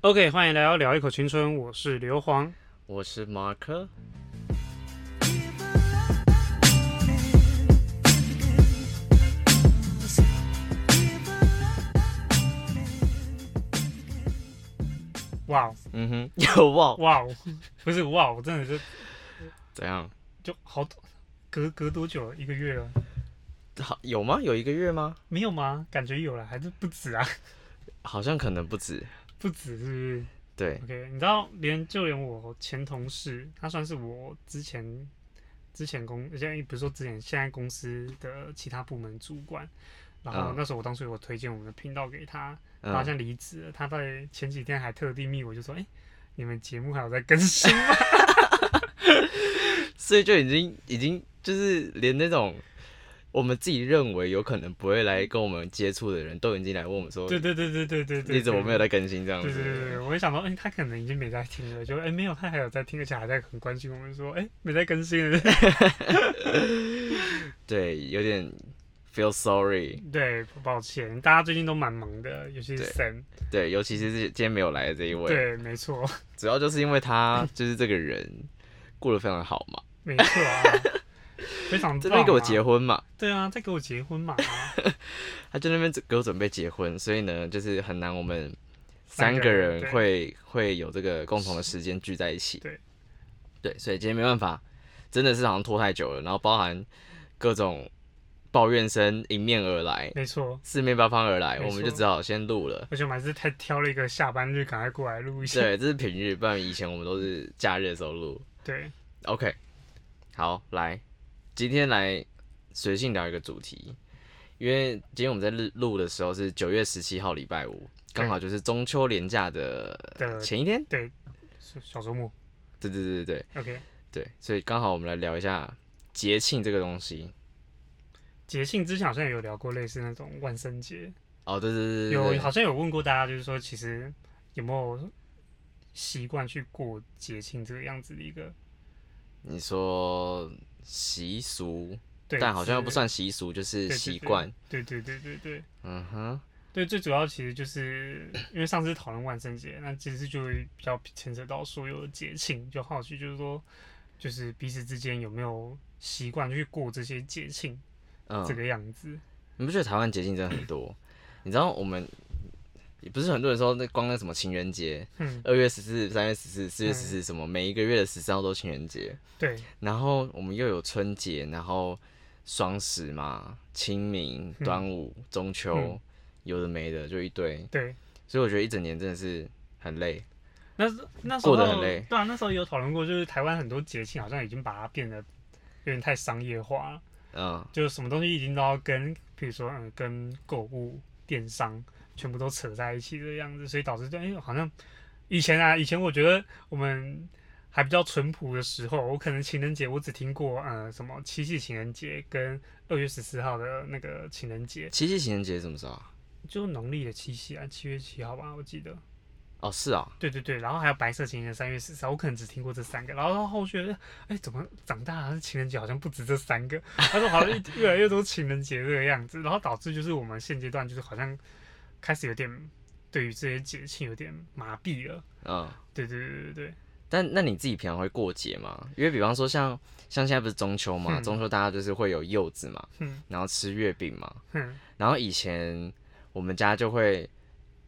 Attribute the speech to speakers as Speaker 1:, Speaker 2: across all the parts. Speaker 1: OK，欢迎来到聊一口青春，我是刘皇。
Speaker 2: 我是马克。
Speaker 1: 哇哦
Speaker 2: 嗯哼， 有哇？
Speaker 1: 哇哦，不是哇哦，真的是
Speaker 2: 怎样？
Speaker 1: 就好多隔隔多久了？一个月了？
Speaker 2: 好有吗？有一个月吗？
Speaker 1: 没有吗？感觉有了，还是不止啊？
Speaker 2: 好像可能不止。
Speaker 1: 不止是不是
Speaker 2: 对，
Speaker 1: ？OK，你知道连就连我前同事，他算是我之前之前公现在不是说之前现在公司的其他部门主管，然后
Speaker 2: 嗯
Speaker 1: 那时候我当初有推荐我们的频道给他，他好
Speaker 2: 嗯，
Speaker 1: 像离职了。他在前几天还特地密我，就说：“哎、你们节目还有在更新吗
Speaker 2: 所以就已经已经就是连那种我们自己认为有可能不会来跟我们接触的人，都已经来问我们？”说
Speaker 1: 对对对对对对对，
Speaker 2: 你怎么没有
Speaker 1: 在？
Speaker 2: 在更新这样
Speaker 1: 对对对对，
Speaker 2: 子？
Speaker 1: 我就想到，哎、他可能已经没在听了，就哎、没有，他还有在听，而且还在很关心我们说，哎、没在更新了。
Speaker 2: 对，有点 feel sorry。
Speaker 1: 对，抱歉，大家最近都蛮忙的，尤其是
Speaker 2: 对
Speaker 1: Sam。
Speaker 2: 对，尤其是这今天没有来的这一位，
Speaker 1: 对，没错，
Speaker 2: 主要就是因为他就是这个人过得非常好嘛，
Speaker 1: 没错啊，非常
Speaker 2: 在
Speaker 1: 棒、
Speaker 2: 那
Speaker 1: 啊。
Speaker 2: 边给我结婚嘛，
Speaker 1: 对啊，在给我结婚嘛，
Speaker 2: 他就那边给我准备结婚，所以呢，就是很难我们
Speaker 1: 三
Speaker 2: 三
Speaker 1: 个
Speaker 2: 个
Speaker 1: 人
Speaker 2: 人会会有这个共同的时间聚在一起。
Speaker 1: 对，
Speaker 2: 对，所以今天没办法，真的是好像拖太久了，然后包含各种抱怨声迎面而来，
Speaker 1: 没错。
Speaker 2: 四面八方而来，
Speaker 1: 没错
Speaker 2: 我们就只好先录 了。
Speaker 1: 而且我们还是太挑了一个下班日，赶快过来录一下。
Speaker 2: 对，这是平日，不然以前我们都是假日的时候录。
Speaker 1: 对，
Speaker 2: OK，好，来，今天来随性聊一个主题，因为今天我们在录录的时候是九月十七号，礼拜五，刚好就是中秋连假
Speaker 1: 的
Speaker 2: 的前一天。
Speaker 1: 是小周末
Speaker 2: 对对对对
Speaker 1: ，OK。
Speaker 2: 对，所以刚好我们来聊一下节庆这个东西。
Speaker 1: 节庆之前好像有聊过类似那种万圣节，
Speaker 2: 哦，对对对对
Speaker 1: 有
Speaker 2: 对，
Speaker 1: 好像有问过大家，就是说其实有没有习惯去过节庆这个样子的一个
Speaker 2: 你说习俗，
Speaker 1: 对，
Speaker 2: 但好像又不
Speaker 1: 是，
Speaker 2: 算习俗，就是
Speaker 1: 对
Speaker 2: 习惯。。
Speaker 1: 对对对对对对
Speaker 2: 嗯哼，
Speaker 1: 对，最主要其实就是因为上次讨论万圣节，那其实就会比较牵扯到所有的节庆，就好奇就是说，就是彼此之间有没有习惯去过这些节庆
Speaker 2: 嗯，
Speaker 1: 这个样子。
Speaker 2: 你不觉得台湾捷径真的很多？你知道我们也不是很多人说那光那什么情人节
Speaker 1: 嗯，
Speaker 2: 二、月十四、三月十四、四月
Speaker 1: 嗯
Speaker 2: 十四，什么、每一个月的十三号都情人节，
Speaker 1: 对，
Speaker 2: 然后我们又有春节，然后双十嘛、清明、
Speaker 1: 嗯
Speaker 2: 端午、中秋，
Speaker 1: 嗯
Speaker 2: 有的没的就一堆，
Speaker 1: 对，
Speaker 2: 所以我觉得一整年真的是很累。
Speaker 1: 那时那时候
Speaker 2: 过得很累
Speaker 1: 对啊，那时候有讨论过，就是台湾很多节庆好像已经把它变得有点太商业化了，
Speaker 2: 嗯，
Speaker 1: 就是什么东西已经都要跟，比如说嗯，跟购物、电商全部都扯在一起的样子，所以导致就哎、好像以前啊，以前我觉得我们还比较淳朴的时候，我可能情人节我只听过呃什么七夕情人节跟二月十四号的那个情人节，
Speaker 2: 七夕情人节什么时候啊？
Speaker 1: 就农历的七夕啊，七月七号吧，我记得。
Speaker 2: 哦，是啊，
Speaker 1: 对对对，然后还有白色情人节三月十四，我可能只听过这三个，然后到后续，哎，怎么长大了情人节好像不止这三个， 他说好像一越来越多情人节这个样子，然后导致就是我们现阶段就是好像开始有点对于这些节庆有点麻痹了。
Speaker 2: 嗯，
Speaker 1: 对对对对对，
Speaker 2: 但那你自己平常会过节吗？因为比方说像像现在不是中秋嘛，
Speaker 1: 嗯
Speaker 2: 中秋大家就是会有柚子嘛，
Speaker 1: 嗯
Speaker 2: 然后吃月饼嘛，
Speaker 1: 哼，
Speaker 2: 然后以前我们家就会，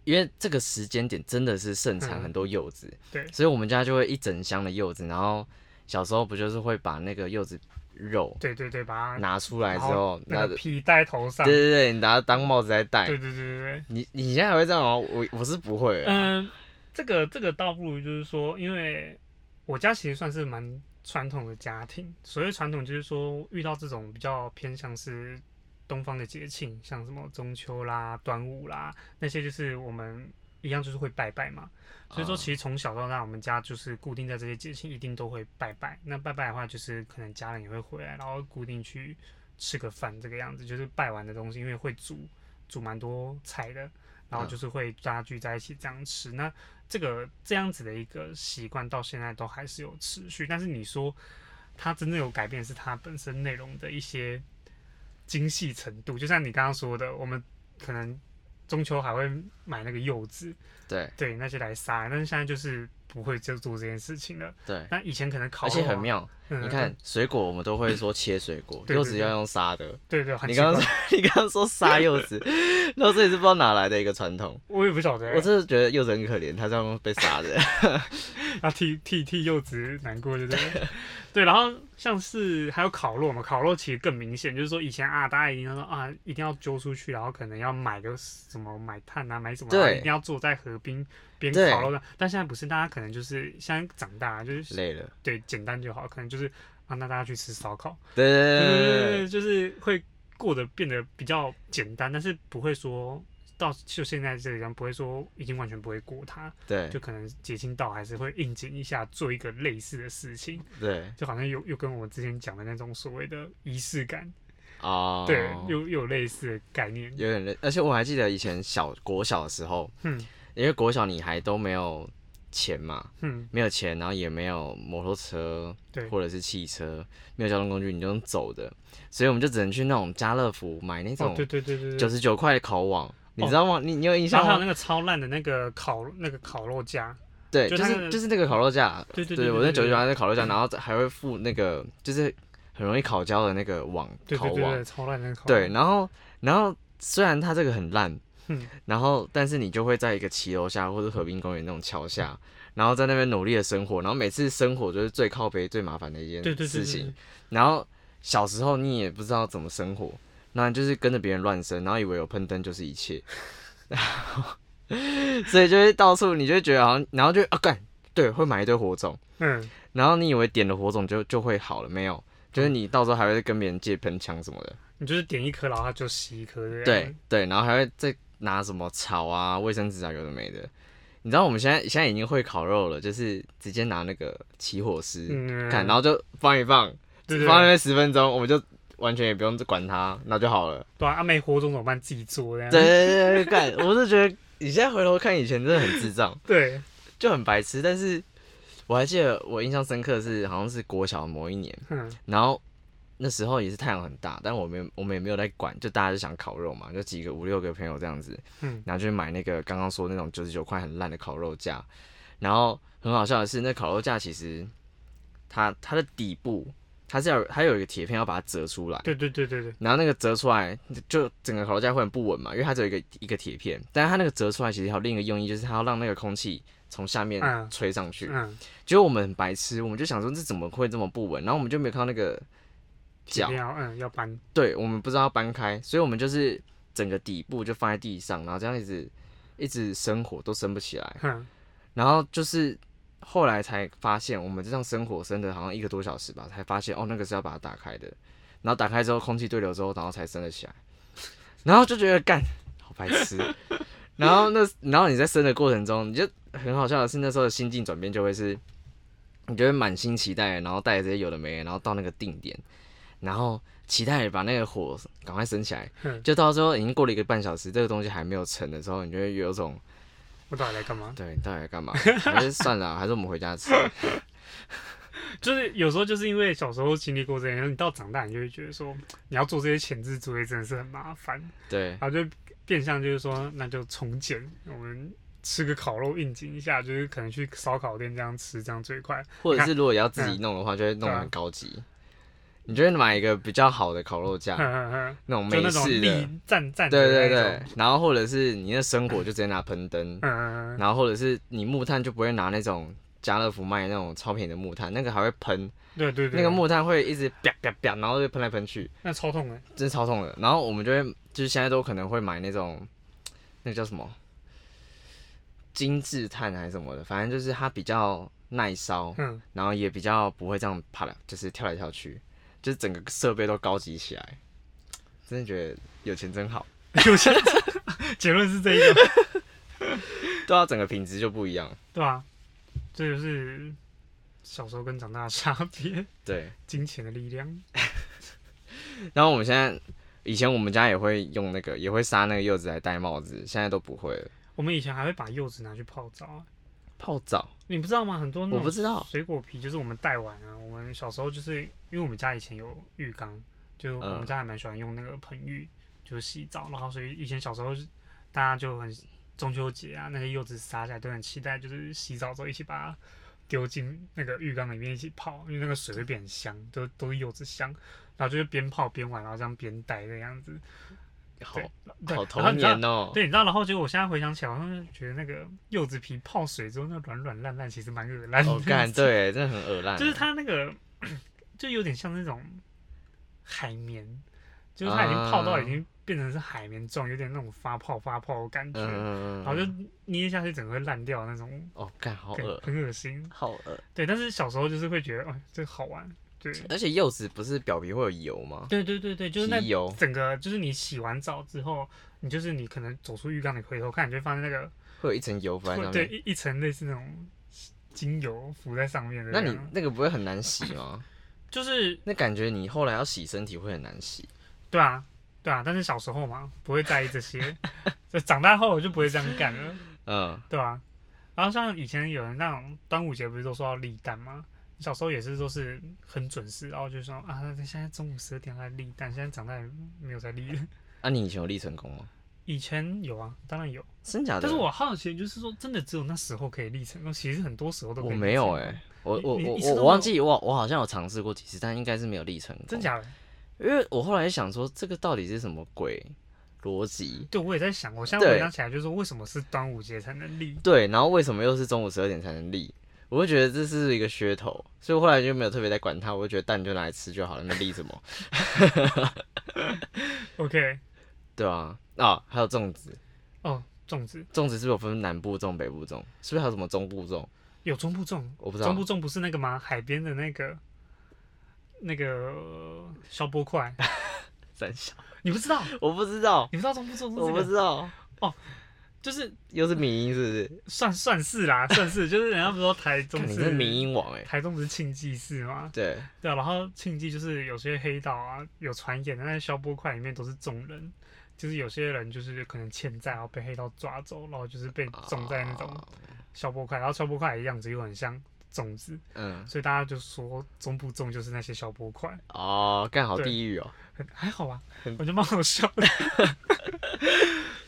Speaker 2: 因为这个时间点真的是盛产
Speaker 1: 嗯
Speaker 2: 很多柚子，
Speaker 1: 对
Speaker 2: 所以我们家就会一整箱的柚子，然后小时候不就是会把那个柚子肉
Speaker 1: 对对对，把它
Speaker 2: 拿出来之
Speaker 1: 然
Speaker 2: 后，拿
Speaker 1: 那个
Speaker 2: 着，
Speaker 1: 皮戴头上，
Speaker 2: 对
Speaker 1: 对
Speaker 2: 对对，你拿它当帽子在戴
Speaker 1: 对，对对对。
Speaker 2: 你你现在还会这样吗？我我是不会啊，
Speaker 1: 嗯，这个这个倒不如就是说，因为我家其实算是蛮传统的家庭。所谓传统，就是说遇到这种比较偏向是东方的节庆，像什么中秋啦、端午啦那些，就是我们一样就是会拜拜嘛。所以说，
Speaker 2: 啊
Speaker 1: 其实从小到大，我们家就是固定在这些节庆一定都会拜拜。那拜拜的话，就是可能家人也会回来，然后固定去吃个饭这个样子。就是拜完的东西，因为会煮煮蛮多菜的，然后
Speaker 2: 嗯
Speaker 1: 就是会大家聚在一起这样吃。那这个这样子的一个习惯到现在都还是有持续，但是你说它真正有改变，是它本身内容的一些精细程度。就像你刚刚说的，我们可能中秋还会买那个柚子，
Speaker 2: 对
Speaker 1: 对那些来杀，但是现在就是不会就做这件事情了。
Speaker 2: 对，
Speaker 1: 那以前可能烤
Speaker 2: 而
Speaker 1: 肉啊，
Speaker 2: 且很妙，
Speaker 1: 嗯，
Speaker 2: 你看水果我们都会说切水果，
Speaker 1: 对对
Speaker 2: 柚子要用杀的。
Speaker 1: 对对，很
Speaker 2: 你
Speaker 1: 奇怪
Speaker 2: 刚刚说 你刚刚说杀柚子，然后这也是不知道哪来的一个传统。
Speaker 1: 我也不晓得欸，
Speaker 2: 我真的觉得柚子很可怜，它这样被杀的。
Speaker 1: 要替替替柚子难过，对不对？对，然后像是还有烤肉嘛，烤肉其实更明显，就是说以前啊，大家一定要说啊，一定要揪出去，然后可能要买个什么买炭啊，买什么，
Speaker 2: 对
Speaker 1: 然后一定要坐在河边边
Speaker 2: 对
Speaker 1: 烤肉的。但现在不是，大家可能就是现在长大就是
Speaker 2: 累了，
Speaker 1: 对简单就好，可能就是啊，那大家去吃烧烤，
Speaker 2: 对对
Speaker 1: 对
Speaker 2: 对
Speaker 1: 对
Speaker 2: 对
Speaker 1: 对
Speaker 2: 对
Speaker 1: 对，就是会过得变得比较简单，但是不会说到就现在这样，不会说已经完全不会过它。
Speaker 2: 对
Speaker 1: 就可能结清道还是会应景一下，做一个类似的事情，
Speaker 2: 对对
Speaker 1: 就好像又又跟我之前讲的那种所谓的仪式感，
Speaker 2: 哦，
Speaker 1: 对，又又有类似的概念，
Speaker 2: 有点累。而且我还记得以前小国小的时候，
Speaker 1: 嗯
Speaker 2: 因为国小你还都没有钱嘛，
Speaker 1: 嗯，
Speaker 2: 没有钱，然后也没有摩托车
Speaker 1: 对
Speaker 2: 或者是汽车，没有交通工具，你就能走的，所以我们就只能去那种家乐福买那
Speaker 1: 哦
Speaker 2: 种
Speaker 1: 对对对对
Speaker 2: 九
Speaker 1: 对，
Speaker 2: 十九块的烤网，你知道吗？你你有印
Speaker 1: 然
Speaker 2: 象
Speaker 1: 后还有
Speaker 2: 吗？
Speaker 1: 那个超烂的那个烤那个烤肉架，
Speaker 2: 对，
Speaker 1: 就
Speaker 2: 就
Speaker 1: 它
Speaker 2: 是就是那个烤肉架，
Speaker 1: 对对
Speaker 2: 对，我那九十
Speaker 1: 对
Speaker 2: 九块的烤肉架，然后还会附那个就是很容易烤焦的那个网
Speaker 1: 对
Speaker 2: 烤
Speaker 1: 对对
Speaker 2: 网，
Speaker 1: 对，超烂的那个烤，
Speaker 2: 对，，然后然后虽然它这个很烂
Speaker 1: 嗯，
Speaker 2: 然后但是你就会在一个骑楼下或者河滨公园那种桥下，然后在那边努力的生活，然后每次生活就是最靠北最麻烦的一件
Speaker 1: 对对对
Speaker 2: 事
Speaker 1: 对
Speaker 2: 情
Speaker 1: 对，，
Speaker 2: 然后小时候你也不知道怎么生活，那你就是跟着别人乱生，然后以为有喷灯就是一切，然后所以就会到处你就会觉得好像，然后就啊干，对，会买一堆火种，
Speaker 1: 嗯，
Speaker 2: 然后你以为点了火种就就会好了，没有，就是
Speaker 1: 嗯
Speaker 2: 你到时候还会跟别人借喷枪什么的，
Speaker 1: 你就是点一颗，然后它就吸一颗，对不
Speaker 2: 对，对，然后还会再拿什么草啊、卫生纸啊，有的没的。你知道我们现在现在已经会烤肉了，就是直接拿那个起火石、
Speaker 1: 嗯，
Speaker 2: 看，然后就放一放，
Speaker 1: 对对
Speaker 2: 放那
Speaker 1: 对，
Speaker 2: 边十分钟，我们就完全也不用管它，那就好了。
Speaker 1: 对啊，啊没火种怎么办？自己做这样，
Speaker 2: 对对对对，干，我是觉得你现在回头看以前真的很智障，
Speaker 1: 对，
Speaker 2: 就很白痴。但是我还记得我印象深刻的是好像是国小某一年，
Speaker 1: 嗯
Speaker 2: 然后那时候也是太阳很大，但我们我们也没有在管，就大家就想烤肉嘛，就几个五六个朋友这样子，
Speaker 1: 嗯，
Speaker 2: 然后就买那个刚刚说那种九十九块很烂的烤肉架，然后很好笑的是，那烤肉架其实它它的底部它是要有它有一个铁片要把它折出来。
Speaker 1: 对对对对对，
Speaker 2: 然后那个折出来，就整个烤肉架会很不稳嘛，因为它只有一个一个铁片，但是它那个折出来其实还有另一个用意，就是它要让那个空气从下面
Speaker 1: 嗯
Speaker 2: 吹上去。
Speaker 1: 嗯，
Speaker 2: 结果我们很白痴，我们就想说这怎么会这么不稳，然后我们就没有看到那个
Speaker 1: 一
Speaker 2: 角
Speaker 1: 定，要嗯要搬，
Speaker 2: 对我们不知道要搬开，所以我们就是整个底部就放在地上，然后这样一直一直生火都升不起来，
Speaker 1: 嗯，
Speaker 2: 然后就是后来才发现，我们这样生火生的好像一个多小时吧，才发现哦，那个是要把它打开的。然后打开之后，空气对流之后，然后才升得起来。然后就觉得干好白痴。 然后那然后你在升的过程中，你就很好笑的是那时候的心境转变就会是，你就会满心期待，然后带着这些有的没的，然后到那个定点，然后期待把那个火赶快升起来
Speaker 1: 嗯。
Speaker 2: 就到时候已经过了一个半小时，这个东西还没有成的时候，你就会有一种
Speaker 1: 我到底在干嘛？
Speaker 2: 对，到底在干嘛？还是算了啊、还是我们回家吃。
Speaker 1: 就是有时候就是因为小时候经历过这些，然后你到长大，你就会觉得说你要做这些前置作业真的是很麻烦，
Speaker 2: 对
Speaker 1: 然后就变相就是说那就从简，我们吃个烤肉应景一下，就是可能去烧烤店这样吃，这样最快。
Speaker 2: 或者是如果要
Speaker 1: 嗯
Speaker 2: 自己弄的话，就会弄得很高级。
Speaker 1: 啊
Speaker 2: 你就会买一个比较好的烤肉架，那种
Speaker 1: 嗯 就
Speaker 2: 美
Speaker 1: 那种
Speaker 2: 式
Speaker 1: 立
Speaker 2: 啊的，
Speaker 1: 站站的
Speaker 2: 对对
Speaker 1: 那
Speaker 2: 对
Speaker 1: 种，。
Speaker 2: 然后或者是你的生火就直接拿喷灯，
Speaker 1: 嗯，
Speaker 2: 然后或者是你木炭就不会拿那种家乐福卖的那种超便宜的木炭，那个还会喷，
Speaker 1: 对对对，
Speaker 2: 那个木炭会一直啪啪啪，然后就喷来喷去，
Speaker 1: 那超痛的，
Speaker 2: 真是超痛的。然后我们就会就是现在都可能会买那种那个叫什么精致炭还是什么的，反正就是它比较耐烧，
Speaker 1: 嗯，
Speaker 2: 然后也比较不会这样啪啦，就是跳来跳去，就是整个设备都高级起来。真的觉得有钱真好，
Speaker 1: 有些结论是这一个，
Speaker 2: 对啊，整个品质就不一样。
Speaker 1: 对吧、这就是小时候跟长大的差别，
Speaker 2: 对，
Speaker 1: 金钱的力量。
Speaker 2: 然后我们现在以前我们家也会用那个，也会杀那个柚子来戴帽子，现在都不会了。
Speaker 1: 我们以前还会把柚子拿去泡澡啊。
Speaker 2: 泡澡
Speaker 1: 你不知道吗？很多那
Speaker 2: 我不
Speaker 1: 种
Speaker 2: 知道，
Speaker 1: 水果皮就是我们带碗啊。我们小时候就是因为我们家以前有浴缸，就我们
Speaker 2: 嗯
Speaker 1: 家还蛮喜欢用那个盆浴，就是洗澡。然后所以以前小时候是大家就很中秋节啊，那些柚子撒下来都很期待，就是洗澡之后一起把它丢进那个浴缸里面一起泡，因为那个水会变香，都都是柚子香，然后就是边泡边玩，然后这样边待的样子。
Speaker 2: 好
Speaker 1: 对
Speaker 2: 好
Speaker 1: 然后
Speaker 2: 童
Speaker 1: 你知道
Speaker 2: 年哦、
Speaker 1: 对，你知道，然后结果我现在回想起来，我好像觉得那个柚子皮泡水之后，那软软烂烂，其实蛮恶烂的。
Speaker 2: 我哦干，对，真的很恶烂。
Speaker 1: 就是它那个 就有点像那种海绵，就是它已经泡到已经变成是海绵状，有点那种发泡发泡的感觉，
Speaker 2: 嗯，嗯，
Speaker 1: 然后就
Speaker 2: 嗯
Speaker 1: 捏下去整个会烂掉的那种，
Speaker 2: 哦，干，好
Speaker 1: 很
Speaker 2: 恶，
Speaker 1: 很恶心。
Speaker 2: 好恶。
Speaker 1: 对，但是小时候就是会觉得，哦，这个好玩。对，
Speaker 2: 而且柚子不是表皮会有油吗？
Speaker 1: 对对对对，就是那
Speaker 2: 皮油
Speaker 1: 整个就是你洗完澡之后，你就是你可能走出浴缸，你回头看，你就会发现那个
Speaker 2: 会有一层油浮在
Speaker 1: 会
Speaker 2: 上
Speaker 1: 对
Speaker 2: 面。
Speaker 1: 一一层类似那种精油浮在上面的
Speaker 2: 那
Speaker 1: 样。
Speaker 2: 你那个不会很难洗吗？
Speaker 1: 就是
Speaker 2: 那感觉你后来要洗身体会很难洗。
Speaker 1: 对啊，对啊，但是小时候嘛，不会在意这 些，就长大后我就不会这样干了，
Speaker 2: 嗯，
Speaker 1: 对啊。然后像以前有人那种端午节不是都说要立蛋吗？小时候也是都是很准时，然后就说啊，现在中午十二点来立蛋，现在长大也没有在立了。
Speaker 2: 啊，你以前有立成功吗？
Speaker 1: 以前有啊，当然有，
Speaker 2: 真假的？
Speaker 1: 但是我好奇就是说，真的只有那时候可以立成功，其实很多时候都可以
Speaker 2: 我
Speaker 1: 立
Speaker 2: 没有
Speaker 1: 成
Speaker 2: 哎、
Speaker 1: 功，
Speaker 2: 我我
Speaker 1: 你
Speaker 2: 我
Speaker 1: 你是
Speaker 2: 我
Speaker 1: 都
Speaker 2: 我
Speaker 1: 没有
Speaker 2: 忘记我我好像有尝试过几次，但应该是没有立成功。
Speaker 1: 真？假的？
Speaker 2: 因为我后来想说，这个到底是什么鬼逻辑？
Speaker 1: 对，我也在想，我现在
Speaker 2: 对
Speaker 1: 回想起来，就是说为什么是端午节才能立？
Speaker 2: 对，然后为什么又是中午十二点才能立？我就觉得这是一个噱头，所以我后来就没有特别在管它，我就觉得蛋就拿来吃就好了，那立什么？
Speaker 1: OK，
Speaker 2: 对啊，啊，还有粽子，
Speaker 1: 哦，粽子
Speaker 2: 粽子是不是有分南部粽、北部粽？是不是还有什么中 部粽？
Speaker 1: 有中部粽，
Speaker 2: 我不知道
Speaker 1: 中部。粽不是那个吗？海边的那个那个消波块，
Speaker 2: 三小，
Speaker 1: 你不知道？
Speaker 2: 我不知道，
Speaker 1: 你不知道中部粽
Speaker 2: 我
Speaker 1: 是
Speaker 2: 不
Speaker 1: 这个？哦
Speaker 2: 知道，
Speaker 1: 就是
Speaker 2: 又是民音是不是？
Speaker 1: 算算是啦，算是就是人家不是说台中
Speaker 2: 看你
Speaker 1: 是
Speaker 2: 是民音王哎、
Speaker 1: 台中不是庆忌寺吗？
Speaker 2: 对，
Speaker 1: 对啊，然后庆忌就是有些黑道啊，有传言的那些消波块里面都是众人，就是有些人就是可能欠债，然后被黑道抓走，然后就是被种在那种
Speaker 2: 啊
Speaker 1: 消波块，然后消波块的样子又很像粽子，
Speaker 2: 嗯，
Speaker 1: 所以大家就说中部粽就是那些消波块。
Speaker 2: 哦，干好
Speaker 1: 对
Speaker 2: 地狱哦，
Speaker 1: 很 还好吧，我觉得蛮好笑的。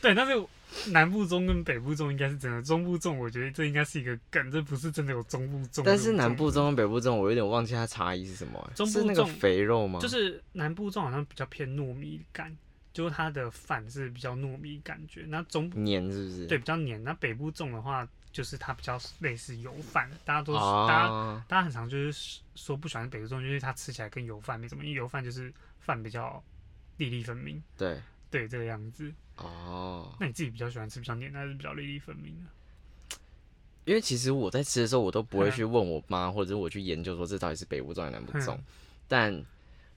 Speaker 1: 对，但是南部粽跟北部粽应该是真的，中部粽我觉得这应该是一个梗，这不是真的有中部粽。
Speaker 2: 但是南
Speaker 1: 有
Speaker 2: 部粽跟北部粽，我有点忘记它差异是什么、欸
Speaker 1: 中部
Speaker 2: 是那个
Speaker 1: 粽
Speaker 2: 肥肉吗？
Speaker 1: 中就是南部粽好像比较偏糯米感，就是它的饭是比较糯米感觉。那中部
Speaker 2: 黏是不是？
Speaker 1: 对比较黏，那北部粽的话就是它比较类似油饭，大家都是、大家
Speaker 2: 啊，
Speaker 1: 大家很常就是说不喜欢北部粽，就是它吃起来跟油饭没什么，因为油饭就是饭比较粒粒分明，
Speaker 2: 对，
Speaker 1: 对这个样子。
Speaker 2: 哦，
Speaker 1: 那你自己比较喜欢吃比较黏的，还是比较粒粒分明的？
Speaker 2: 因为其实我在吃的时候，我都不会
Speaker 1: 嗯
Speaker 2: 去问我妈，或者是我去研究说这到底是北部粽还是南部粽
Speaker 1: 嗯。
Speaker 2: 但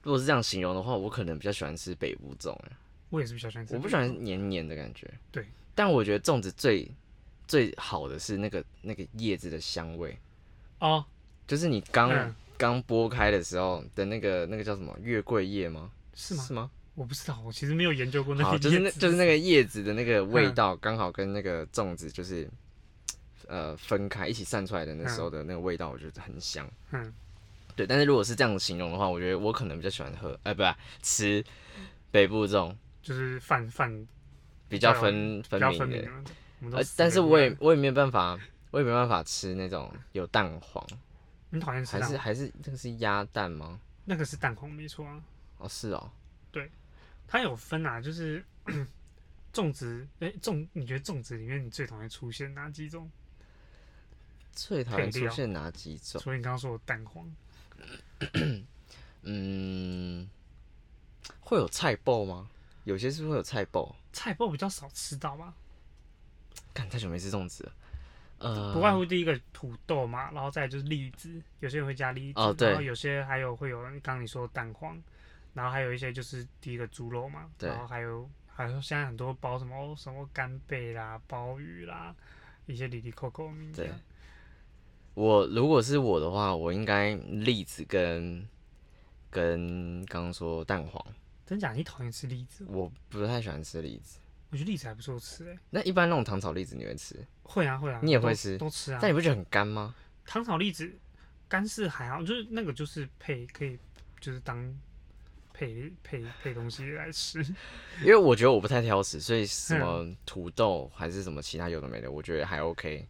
Speaker 2: 如果是这样形容的话，我可能比较喜欢吃北部粽，欸
Speaker 1: 我也是比较喜欢吃。
Speaker 2: 我不喜。欢黏黏的感觉。
Speaker 1: 对，
Speaker 2: 但我觉得粽子最最好的是那个那个叶子的香味，
Speaker 1: 哦，
Speaker 2: 就是你刚
Speaker 1: 嗯
Speaker 2: 刚剥开的时候的那个那个叫什么月桂叶吗？
Speaker 1: 是吗
Speaker 2: 是？吗？
Speaker 1: 我不知道，我其实没有研究过那
Speaker 2: 好，
Speaker 1: 个
Speaker 2: 就是那
Speaker 1: 叶子嗯
Speaker 2: 就是那个叶子的那个味道，刚好跟那个粽子就是呃分开一起散出来的那时候的那个味道，我觉得很香。
Speaker 1: 嗯，
Speaker 2: 对，但是如果是这样形容的话，我觉得我可能比较喜欢喝，哎、不、啊、吃北部这种
Speaker 1: 就是饭饭
Speaker 2: 比较分
Speaker 1: 比
Speaker 2: 分
Speaker 1: 较
Speaker 2: 明
Speaker 1: 分明
Speaker 2: 的，
Speaker 1: 的。我们都
Speaker 2: 呃
Speaker 1: 死，
Speaker 2: 但是
Speaker 1: 了
Speaker 2: 我也我也没有办法，我也没办法吃那种有蛋黄，
Speaker 1: 你讨厌吃
Speaker 2: 还
Speaker 1: 蛋
Speaker 2: 是
Speaker 1: 黄，
Speaker 2: 还是这个是鸭蛋吗？
Speaker 1: 那个是蛋黄没错啊，
Speaker 2: 哦，是哦，
Speaker 1: 它有分啊，就是 粽子，哎、粽，你觉得粽子里面你最讨厌出现哪几种？
Speaker 2: 最讨厌
Speaker 1: 配
Speaker 2: 出
Speaker 1: 料
Speaker 2: 现哪几种？
Speaker 1: 除了你刚刚说的蛋黄，
Speaker 2: 嗯，会有菜爆吗？有些是会有菜爆。
Speaker 1: 菜包比较少吃到吧，
Speaker 2: 干太久没吃粽子了，呃，
Speaker 1: 不外乎第一个土豆嘛，然后再来就是栗子，有些人会加栗子，
Speaker 2: 哦
Speaker 1: 然后
Speaker 2: 对
Speaker 1: 有些还有会有刚刚你说的蛋黄，然后还有一些就是第一个猪肉嘛，
Speaker 2: 对
Speaker 1: 然后还有还有现在很多包什么、哦、什么干贝啦、鲍鱼啦，一些里里扣扣名啊
Speaker 2: 对
Speaker 1: 的，
Speaker 2: 我如果是我的话，我应该栗子跟跟刚刚说蛋黄，
Speaker 1: 真假？你讨厌吃栗子？哦
Speaker 2: 我不太喜欢吃栗子。
Speaker 1: 我觉得栗子还不错吃诶、
Speaker 2: 那一般那种糖炒栗子你会吃，
Speaker 1: 会啊会啊，
Speaker 2: 你也
Speaker 1: 都
Speaker 2: 会吃
Speaker 1: 都吃啊
Speaker 2: 但。你不觉得很干吗？
Speaker 1: 糖炒栗子干是还好，就是那个就是配可以就是当。配配配东西来吃。
Speaker 2: 因为我觉得我不太挑食，所以什么
Speaker 1: 嗯
Speaker 2: 土豆还是什么其他有的没的，我觉得还 OK。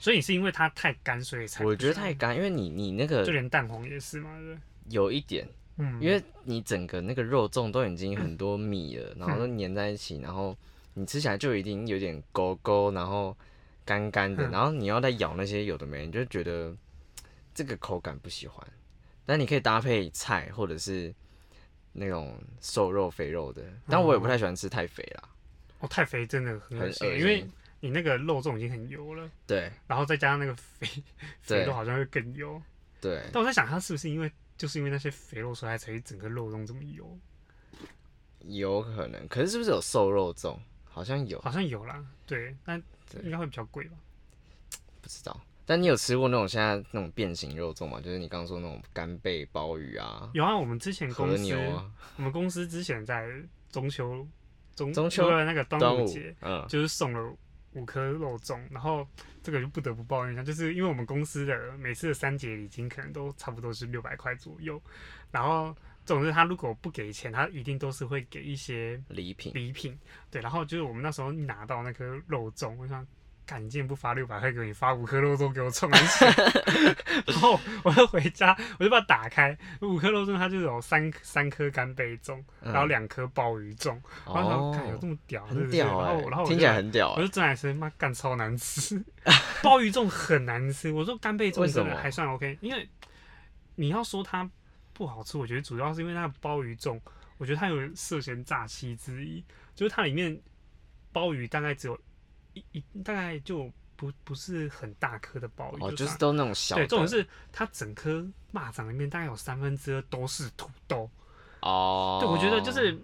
Speaker 1: 所以你是因为它太干，所以才
Speaker 2: 我觉得
Speaker 1: 不喜啊
Speaker 2: 太干，因为你你那
Speaker 1: 欢就
Speaker 2: 个
Speaker 1: 连蛋黄也是嘛，对不对？
Speaker 2: 有一点，
Speaker 1: 嗯，
Speaker 2: 因为你整个那个肉粽都已经很多米了，然后都粘在一起，然后你吃起来就已经有点勾勾，然后干干的，
Speaker 1: 嗯
Speaker 2: 然后你要再咬那些有的没的，你就觉得这个口感不喜欢。但你可以搭配菜或者是那种瘦肉肥肉的，但我也不太喜欢吃太肥啦，
Speaker 1: 哦，太肥真的很
Speaker 2: 很
Speaker 1: 恶
Speaker 2: 恶
Speaker 1: 心，
Speaker 2: 心。
Speaker 1: 因为你那个肉粽已经很油了，
Speaker 2: 对
Speaker 1: 然后再加上那个肥 肥
Speaker 2: 对
Speaker 1: 肉好像会更油。
Speaker 2: 对，
Speaker 1: 但我在想，它是不是因为就是因为那些肥肉，所以它才整个肉粽这么油？
Speaker 2: 有可能，可是是不是有瘦肉粽？好像有，
Speaker 1: 好像有啦，对，那
Speaker 2: 对
Speaker 1: 应该会比较贵吧？
Speaker 2: 不知道。但你有吃过那种现在那种变形肉粽吗？就是你刚刚说那种干贝、鲍鱼啊、
Speaker 1: 有啊，我们之前
Speaker 2: 和
Speaker 1: 公司，
Speaker 2: 牛啊。
Speaker 1: 我们公司之前在中秋中
Speaker 2: 中
Speaker 1: 不
Speaker 2: 秋
Speaker 1: 是那个端
Speaker 2: 端
Speaker 1: 午
Speaker 2: 午
Speaker 1: 节，，
Speaker 2: 嗯，
Speaker 1: 就是送了五颗肉粽，然后这个就不得不抱怨一下，就是因为我们公司的每次的三节礼金可能都差不多是六百块左右，然后总之他如果不给钱，他一定都是会给一些
Speaker 2: 礼品，
Speaker 1: 礼品，对，然后就是我们那时候拿到那颗肉粽，我想。干你竟然不发六百块给我，你发五颗肉粽给我充一 下。然后我就回家，我就把它打开，五颗肉粽它就有三三颗干贝粽，
Speaker 2: 嗯哦
Speaker 1: 然后两颗鲍鱼粽，然后想说看有这么屌，是
Speaker 2: 很
Speaker 1: 不是？然
Speaker 2: 屌
Speaker 1: 后
Speaker 2: 哎
Speaker 1: 我然后，我
Speaker 2: 听
Speaker 1: 就
Speaker 2: 起来很屌
Speaker 1: 我
Speaker 2: 欸
Speaker 1: 就，真来吃，妈干超难吃， 鲍鱼粽很难吃。我说干贝粽
Speaker 2: 为什
Speaker 1: 真
Speaker 2: 么
Speaker 1: 的还算 OK，因为你要说它不好吃，我觉得主要是因为它的鲍鱼粽，我觉得它有涉嫌诈欺之意，就是它里面鲍鱼大概只有一一大概就不不是很大颗的鲍鱼，
Speaker 2: 哦，就是
Speaker 1: 它
Speaker 2: 都那种小的，
Speaker 1: 对，重点是它整颗蚂蚱里面大概有三分之二都是土豆，
Speaker 2: 哦，
Speaker 1: 对，我觉得就是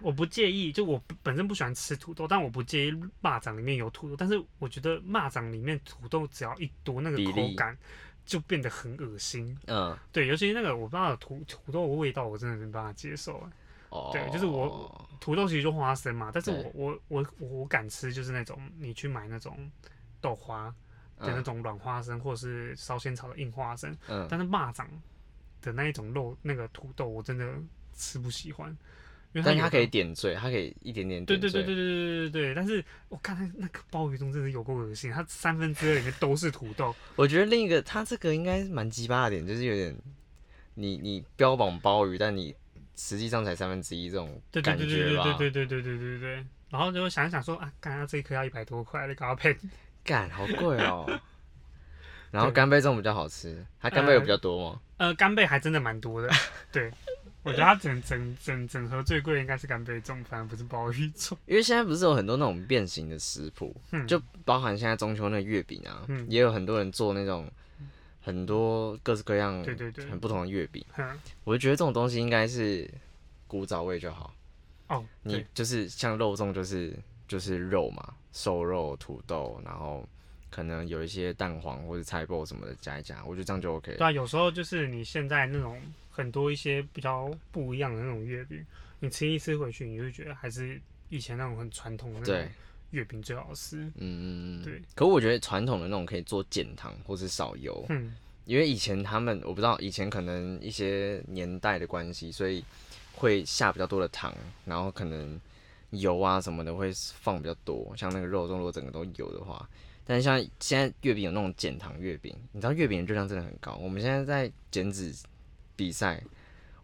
Speaker 1: 我不介意，就我不本身不喜欢吃土豆，但我不介意蚂蚱里面有土豆，但是我觉得蚂蚱里面土豆只要一多，那个
Speaker 2: 比
Speaker 1: 口
Speaker 2: 例
Speaker 1: 感就变得很恶心。
Speaker 2: 嗯，
Speaker 1: 对，尤其是那个我不知道土土豆的味道，我真的没办法接受。哎
Speaker 2: 哦，
Speaker 1: 对就是我土豆其实就花生嘛，但是我
Speaker 2: 对
Speaker 1: 我我我我敢吃就是那种你去买那种豆花的那
Speaker 2: 嗯
Speaker 1: 种软花生，或者是烧仙草的硬花生，
Speaker 2: 嗯，
Speaker 1: 但是蚂蚱的那一种肉那个土豆我真的吃不喜欢，因为
Speaker 2: 但
Speaker 1: 有
Speaker 2: 它
Speaker 1: 的
Speaker 2: 可以点缀，它可以一点点
Speaker 1: 对
Speaker 2: 点
Speaker 1: 对
Speaker 2: 缀，
Speaker 1: 对对对对对对，但是我看那那个鲍鱼中真的有够恶心，它三分之二里面都是土豆，
Speaker 2: 我觉得另一个它这个应该蛮鸡巴的点，就是有点你你标榜鲍鱼，但你实际上才三分之一这种
Speaker 1: 对对
Speaker 2: 感
Speaker 1: 对对
Speaker 2: 觉吧，
Speaker 1: 对对对对对对对对。然后就想一想说啊，刚刚这一颗要一百多块，你搞配
Speaker 2: 干好贵 哦。然后
Speaker 1: 对
Speaker 2: 干贝粽比较好吃，它干贝有比较多吗？
Speaker 1: 呃干贝还真的蛮多的，对。我觉得它整整整整盒最贵的应该是干贝粽，反而不是鲍鱼粽。
Speaker 2: 因为现在不是有很多那种变形的食谱，
Speaker 1: 嗯
Speaker 2: 就包含现在中秋那个月饼啊，
Speaker 1: 嗯
Speaker 2: 也有很多人做那种很多各式各样、
Speaker 1: 对对对
Speaker 2: 很不同的月饼。
Speaker 1: 哼，
Speaker 2: 我就觉得这种东西应该是古早味就好，
Speaker 1: 哦，
Speaker 2: 你
Speaker 1: 对，
Speaker 2: 就是像肉粽，就是就是肉嘛，瘦肉、土豆，然后可能有一些蛋黄或者菜包什么的加一加，我觉得这样就 OK
Speaker 1: 对。啊，有时候就是你现在那种很多一些比较不一样的那种月饼，你吃一次回去，你就会觉得还是以前那种很传统的那
Speaker 2: 对
Speaker 1: 种，月饼最好吃。
Speaker 2: 嗯，嗯嗯
Speaker 1: 对。
Speaker 2: 可我觉得传统的那种可以做减糖或是少油，
Speaker 1: 嗯，
Speaker 2: 因为以前他们我不知道，以前可能一些年代的关系，所以会下比较多的糖，然后可能油啊什么的会放比较多，像那个肉粽如果整个都油的话，但是像现在月饼有那种减糖月饼，你知道月饼的热量真的很高。我们现在在减脂比赛，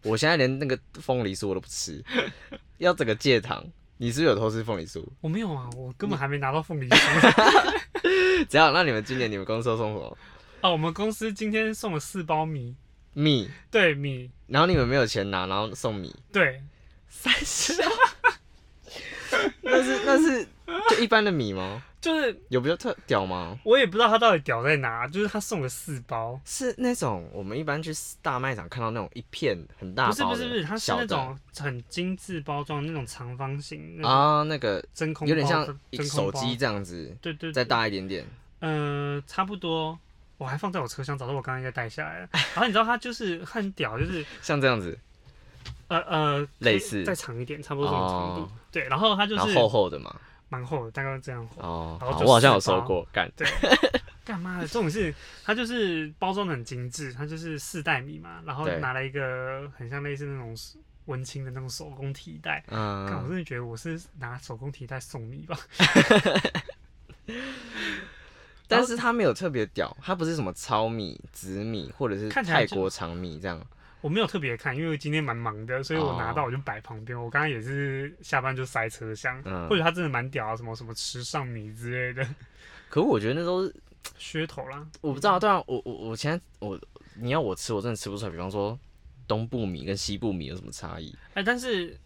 Speaker 2: 我现在连那个凤梨酥我都不吃， 要整个戒糖。你是不是有偷吃凤梨酥？
Speaker 1: 我没有啊，我根本还没拿到凤梨酥。
Speaker 2: 怎样？那你们今年你们公司都送什么
Speaker 1: 哦，我们公司今天送了四包米，
Speaker 2: 米？
Speaker 1: 对米，
Speaker 2: 然后你们没有钱拿，然后送米。
Speaker 1: 对，
Speaker 2: 三十二，那是那是就一般的米吗？
Speaker 1: 就是
Speaker 2: 有比较特屌吗？
Speaker 1: 我也不知道他到底屌在哪，就是他送了四包，
Speaker 2: 是那种我们一般去大卖场看到那种一片很大
Speaker 1: 不是
Speaker 2: 包
Speaker 1: 不
Speaker 2: 的，
Speaker 1: 是不是，他是
Speaker 2: 啊哦小
Speaker 1: 那
Speaker 2: 的
Speaker 1: 种很精致包装那种长方形，那种
Speaker 2: 啊，那个
Speaker 1: 真空包
Speaker 2: 有点像一
Speaker 1: 真空
Speaker 2: 手
Speaker 1: 包
Speaker 2: 机，这样子，
Speaker 1: 对对，
Speaker 2: 再大一点点。
Speaker 1: 嗯，差不多。我还放在我车厢，早知道我刚刚应该带下来了。 然后你知道它就是很屌，就是
Speaker 2: 像这样子，
Speaker 1: 呃呃，
Speaker 2: 类似
Speaker 1: 再长一点，差不多这种长度。
Speaker 2: 哦
Speaker 1: 对，然后它就
Speaker 2: 然后
Speaker 1: 是
Speaker 2: 厚厚的嘛。
Speaker 1: 蛮厚的，大概这样厚。
Speaker 2: 哦，
Speaker 1: 然后
Speaker 2: 好
Speaker 1: 就
Speaker 2: 我好像有
Speaker 1: 四包
Speaker 2: 收过，干
Speaker 1: 干嘛的？这种是它就是包装的很精致，它就是四袋米嘛，然后
Speaker 2: 对
Speaker 1: 拿了一个很像类似那种文青的那种手工提袋。看，我
Speaker 2: 嗯，
Speaker 1: 真的觉得我是拿手工提袋送你吧。
Speaker 2: 但是它没有特别屌，它不是什么糙米、紫米或者是
Speaker 1: 看起来
Speaker 2: 泰
Speaker 1: 就
Speaker 2: 国长米这样。
Speaker 1: 我没有特别看，因为今天蛮忙的，所以
Speaker 2: 哦
Speaker 1: 我拿到我就摆旁边。我刚刚也是下班就塞车厢，
Speaker 2: 嗯
Speaker 1: 或者他真的蛮屌啊，什么什么时尚米之类的
Speaker 2: 可我觉得那都是
Speaker 1: 噱头啦。
Speaker 2: 我不知道，对啊，我我我现在我你要我吃，我真的吃不出来。比方说东部米跟西部米有什么差异？
Speaker 1: 哎、但是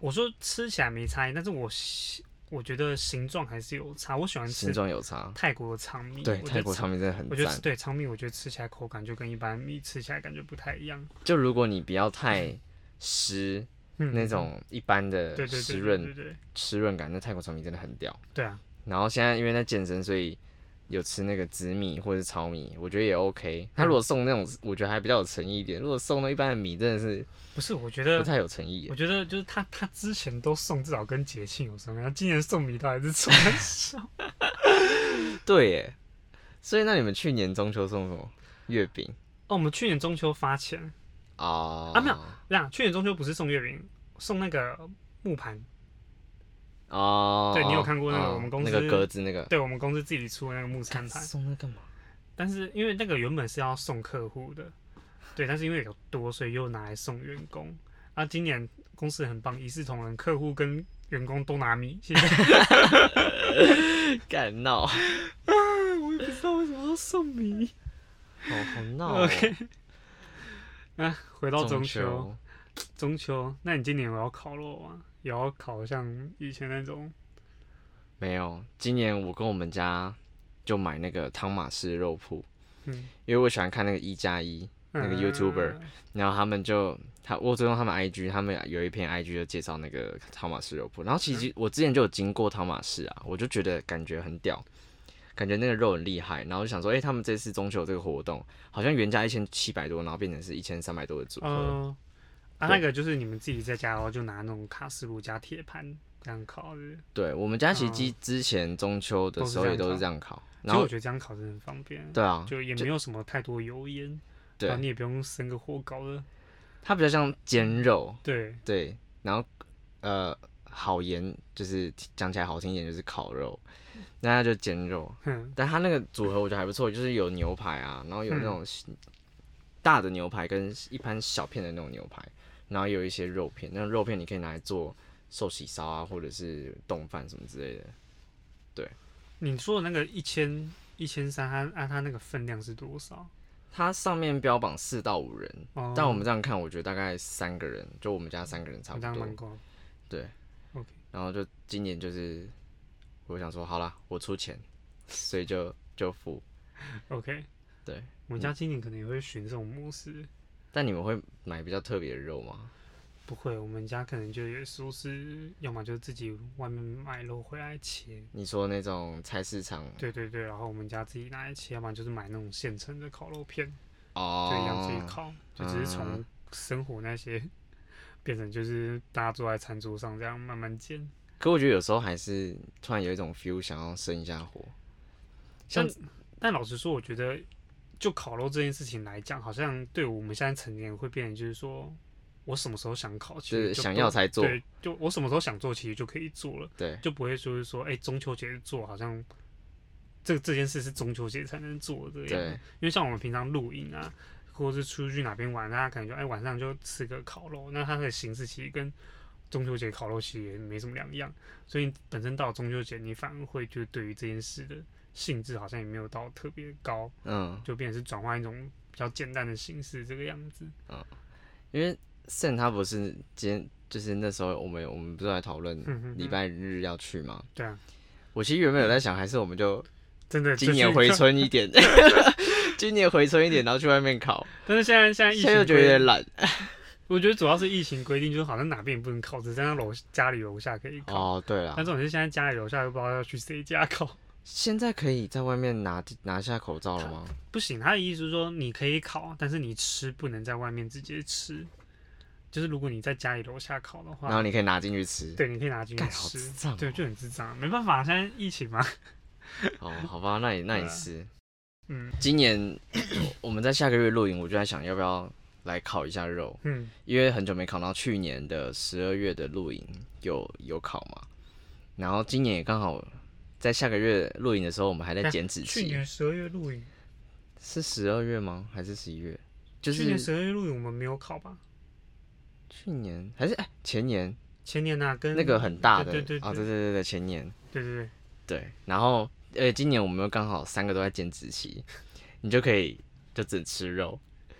Speaker 1: 我说吃起来没差异，但是我喜我觉得形状还是有差。我喜欢
Speaker 2: 形
Speaker 1: 吃
Speaker 2: 状有差。
Speaker 1: 泰国的长米，
Speaker 2: 对，
Speaker 1: 我觉得
Speaker 2: 泰国
Speaker 1: 长
Speaker 2: 长米真的很
Speaker 1: 我觉得
Speaker 2: 赞。
Speaker 1: 对长米，我觉得吃起来口感就跟一般米吃起来感觉不太一样。
Speaker 2: 就如果你不要太湿，
Speaker 1: 嗯，
Speaker 2: 那种一般
Speaker 1: 对对
Speaker 2: 的
Speaker 1: 对
Speaker 2: 湿
Speaker 1: 对
Speaker 2: 润
Speaker 1: 对对对
Speaker 2: 湿润感，那泰国长米真的很屌。
Speaker 1: 对啊，
Speaker 2: 然后现在因为在健身，所以有吃那个紫米或者是糙米，我觉得也
Speaker 1: 嗯
Speaker 2: OK。他如果送那种，我觉得还比较有诚意一点。如果送那一般的米，真的是
Speaker 1: 不是，我觉
Speaker 2: 不
Speaker 1: 得
Speaker 2: 太有诚意耶
Speaker 1: 我。觉得就是他，他之前都送至少跟节庆有什么，然后今年送米到还是送 少。嗯
Speaker 2: 对耶，所以那你们去年中秋送什么？月饼
Speaker 1: 哦，我们去年中秋发钱，
Speaker 2: 哦
Speaker 1: 啊没有那去年中秋不是送月饼，送那个木盘，
Speaker 2: 哦，
Speaker 1: 对你有看过那个
Speaker 2: 哦
Speaker 1: 我们公司
Speaker 2: 那个格子那个？
Speaker 1: 对我们公司自己出的那个木餐
Speaker 2: 干
Speaker 1: 盘。
Speaker 2: 送那干嘛？
Speaker 1: 但是因为那个原本是要送客户的，对，但是因为有多，所以又拿来送员工。啊，今年公司很棒，一视同仁，客户跟员工都拿米，谢 谢。
Speaker 2: 干闹，好
Speaker 1: 我也不知道为什么要送米。
Speaker 2: 好 闹、哦。
Speaker 1: 啊，回到中秋
Speaker 2: 秋。
Speaker 1: 中秋，那你今年有要烤肉吗？也要烤像以前那种
Speaker 2: 没有，今年我跟我们家就买那个汤马士肉铺，
Speaker 1: 嗯
Speaker 2: 因为我喜欢看那个一加一，那个 YouTuber
Speaker 1: 嗯
Speaker 2: 然后他们就他我追踪他们 IG，他们有一篇 IG 就介绍那个汤马士肉铺，然后其
Speaker 1: 嗯
Speaker 2: 实我之前就有经过汤马士啊，我就觉得感觉很屌，感觉那个肉很厉害，然后我就想说，诶，他们这次中秋有这个活动好像原价一千七百多，然后变成是一千三百多的组合，
Speaker 1: 呃啊，
Speaker 2: 对
Speaker 1: 那个就是你们自己在家，然后就拿那种卡式炉加铁盘这样烤的。
Speaker 2: 对我们家其实
Speaker 1: 嗯
Speaker 2: 之之前中秋
Speaker 1: 哦
Speaker 2: 的
Speaker 1: 都是
Speaker 2: 时候
Speaker 1: 这
Speaker 2: 也
Speaker 1: 样
Speaker 2: 都是
Speaker 1: 烤
Speaker 2: 这样烤，
Speaker 1: 其
Speaker 2: 然
Speaker 1: 实
Speaker 2: 后
Speaker 1: 我觉得这样烤真的很方便，
Speaker 2: 对啊，
Speaker 1: 就也没有什么太多油烟，
Speaker 2: 对
Speaker 1: 然后你也不用生个火搞的。
Speaker 2: 它比较像煎肉，
Speaker 1: 对，
Speaker 2: 对，然后呃，好盐就是讲起来好听一点就是烤肉，那它就煎肉，
Speaker 1: 哼，
Speaker 2: 但它那个组合我觉得还不错，就是有牛排啊，然后有那种
Speaker 1: 嗯
Speaker 2: 大的牛排跟一盘小片的那种牛排，然后有一些肉片，那种肉片你可以拿来做寿喜烧啊，或者是冻饭什么之类的。
Speaker 1: 你说的那个一千一千三，它啊按它那个分量是多少？
Speaker 2: 它上面标榜四到五人，
Speaker 1: 哦，
Speaker 2: 但我们这样看，我觉得大概三个人，就我们家三个人差
Speaker 1: 我
Speaker 2: 不
Speaker 1: 这样
Speaker 2: 多
Speaker 1: 蛮。高。
Speaker 2: 对
Speaker 1: ，OK，
Speaker 2: 然后就今年就是我想说，好啦，我出钱，所以就就付。
Speaker 1: OK，
Speaker 2: 对，
Speaker 1: 我们家今年可能也会循这种模式。
Speaker 2: 但你们会买比较特别的肉吗？
Speaker 1: 不会，我们家可能就也说是，要么就自己外面买肉回来切，
Speaker 2: 你说那种菜市场
Speaker 1: 对对对，然后我们家自己拿来切，要不然就是买那种现成的烤肉片，就一样自己
Speaker 2: 哦，
Speaker 1: 烤，就只是从
Speaker 2: 嗯
Speaker 1: 生活那些 变成就是大家坐在餐桌上这样慢慢煎。
Speaker 2: 可我觉得有时候还是突然有一种 feel 想要生一下火，像
Speaker 1: 但但老实说，我觉得就烤肉这件事情来讲，好像对我们现在成年人会变成就是说。我什么时候想烤，其
Speaker 2: 就
Speaker 1: 实
Speaker 2: 是
Speaker 1: 就
Speaker 2: 想
Speaker 1: 都
Speaker 2: 要才做，
Speaker 1: 对，就我什么时候想做，其实就可以做了。
Speaker 2: 对
Speaker 1: 就不会说是说，哎、中秋节做好像这这件事是中秋节才能做的这样。啊
Speaker 2: 对
Speaker 1: 因为像我们平常露营啊，或者是出去哪边玩，大家可能就哎、晚上就吃个烤肉，那它的形式其实跟中秋节烤肉其实也没什么两样。所以本身到中秋节，你反而会就是对于这件事的兴致好像也没有到特别高，
Speaker 2: 嗯，
Speaker 1: 就变成是转换一种比较简单的形式这个样子。
Speaker 2: 因为 Sen 他不是今天就是那时候我们我们不是来讨论
Speaker 1: 嗯嗯，
Speaker 2: 礼拜日要去吗？
Speaker 1: 对啊，
Speaker 2: 我其实原本有在想，还是我们就
Speaker 1: 真的
Speaker 2: 今年
Speaker 1: 就是
Speaker 2: 回村 一点，今年回村一点，然后去外面烤。
Speaker 1: 但是现在现在疫
Speaker 2: 现
Speaker 1: 情
Speaker 2: 在又觉得有
Speaker 1: 规
Speaker 2: 点懒
Speaker 1: 我觉得主要是疫情规定，就是好像哪边也不能烤，只在他楼家里楼下可以烤。
Speaker 2: 哦。对了
Speaker 1: 但，这种是现在家里楼下又不知道要去谁家烤，
Speaker 2: 现在可以在外面拿拿下口罩 了吗？
Speaker 1: 不行。他的意思是说你可以烤，但是你吃不能在外面直接吃。就是如果你在家里楼下烤的
Speaker 2: 然后
Speaker 1: 话，
Speaker 2: 你可以拿进去吃。
Speaker 1: 对，你可以拿进去
Speaker 2: 干好智
Speaker 1: 吃。
Speaker 2: 障哦
Speaker 1: 对，就很智障，没办法，现在疫情嘛。
Speaker 2: 哦，好吧，那你那你
Speaker 1: 对啊
Speaker 2: 吃。
Speaker 1: 嗯，
Speaker 2: 今年我们在下个月露营，我就在想要不要来烤一下肉，
Speaker 1: 嗯，
Speaker 2: 因为很久没烤。然后去年的十二月的露营有有烤嘛，然后今年也刚好在下个月露营的时候，我们还在减脂
Speaker 1: 啊去
Speaker 2: 期，
Speaker 1: 年十二月露营，
Speaker 2: 是十二月吗？还是十一月？就
Speaker 1: 去年
Speaker 2: 是
Speaker 1: 十二月露营我们没有考吧？
Speaker 2: 去年还是哎前年
Speaker 1: 前年呐、跟
Speaker 2: 那个很大的
Speaker 1: 对对
Speaker 2: 啊，
Speaker 1: 对
Speaker 2: 对对
Speaker 1: 对
Speaker 2: 对对前年
Speaker 1: 对对，
Speaker 2: 对，然后呃今年我们又刚好三个都在减脂期，你就可以就只吃肉，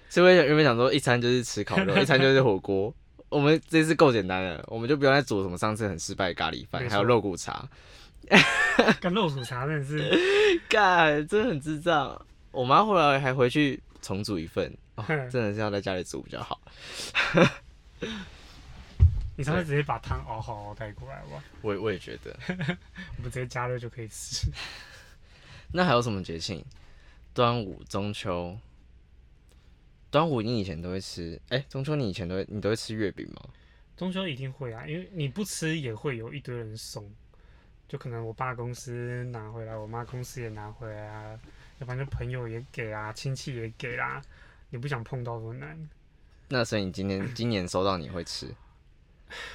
Speaker 2: 所以我原本想说一餐就是吃烤肉，一餐就是火锅。我们这次够简单了，我们就不要再煮什么上次很失败的咖喱饭，
Speaker 1: 没
Speaker 2: 还有
Speaker 1: 错
Speaker 2: 肉骨茶。
Speaker 1: 对干肉薯茶真的是，
Speaker 2: 干，真的很智障。我妈后来还回去重煮一份，哦
Speaker 1: 哼
Speaker 2: 真的是要在家里煮比较好。
Speaker 1: 你上次直接把汤熬好熬带过来吧，
Speaker 2: 我我也觉得。
Speaker 1: 我们直接加热就可以吃。
Speaker 2: 那还有什么节庆？端午、中秋。端午你以前都会吃，哎、中秋你以前都会你都会吃月饼吗？
Speaker 1: 中秋一定会啊，因为你不吃也会有一堆人送，就可能我爸公司拿回来，我妈公司也拿回来啊，要不然就朋友也给啊，亲戚也给啦、你不想碰到多难，
Speaker 2: 那所以你今年今年收到你会吃？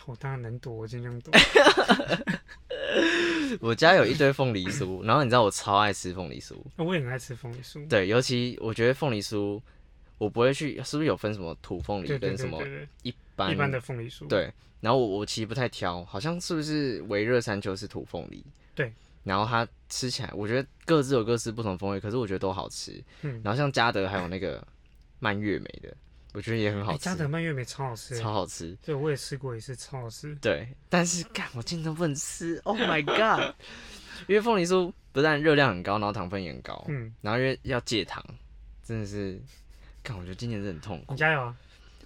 Speaker 1: 我当然能躲，我尽量 躲。
Speaker 2: 我家有一堆凤梨酥，然后你知道我超爱吃凤梨酥，
Speaker 1: 我也很爱吃凤梨酥，
Speaker 2: 对，尤其我觉得凤梨酥，我不会去，是不是有分什么土凤梨
Speaker 1: 对对
Speaker 2: 跟什
Speaker 1: 对
Speaker 2: 么
Speaker 1: 对对，
Speaker 2: 一般
Speaker 1: 一般的凤梨酥，
Speaker 2: 对，然后我我其实不太挑，好像是不是维热山丘是土凤梨？
Speaker 1: 对。
Speaker 2: 然后它吃起来，我觉得各自有各自不同的风味，可是我觉得都好吃。
Speaker 1: 嗯
Speaker 2: 然后像嘉德还有那个蔓越莓的，我觉得也很好
Speaker 1: 哎，
Speaker 2: 吃，
Speaker 1: 嘉德蔓越莓超好吃欸，
Speaker 2: 超好吃。
Speaker 1: 对，我也吃过，也是超好吃。
Speaker 2: 对，但是干我竟然都不能吃，Oh my god！因为凤梨酥不但热量很高，然后糖分也很高，
Speaker 1: 嗯，
Speaker 2: 然后因为要戒糖，真的是，干我觉得今年是很痛苦
Speaker 1: 你。加油啊！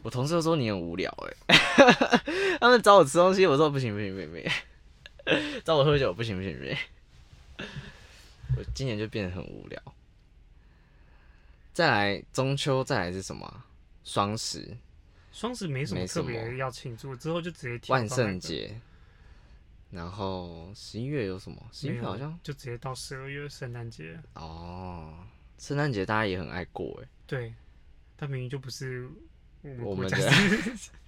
Speaker 2: 我同事都说你很无聊哎、欸， 他们找我吃东西，我说不行不行不行不 行，找我喝酒不行不行不行，我今年就变得很无聊。再来中秋，再来是什么啊？双十、
Speaker 1: 双十没什么
Speaker 2: 没
Speaker 1: 特
Speaker 2: 什么
Speaker 1: 别要庆祝，之后就直接跳
Speaker 2: 万
Speaker 1: 到那
Speaker 2: 圣
Speaker 1: 个
Speaker 2: 节，然后十一月有什么？十一
Speaker 1: 没
Speaker 2: 月
Speaker 1: 有
Speaker 2: 好像
Speaker 1: 就直接到十二月圣诞节了。
Speaker 2: 哦，圣诞节大家也很爱过哎、
Speaker 1: 对，但明明就不是我们
Speaker 2: 我
Speaker 1: 国
Speaker 2: 们
Speaker 1: 家
Speaker 2: 的
Speaker 1: 是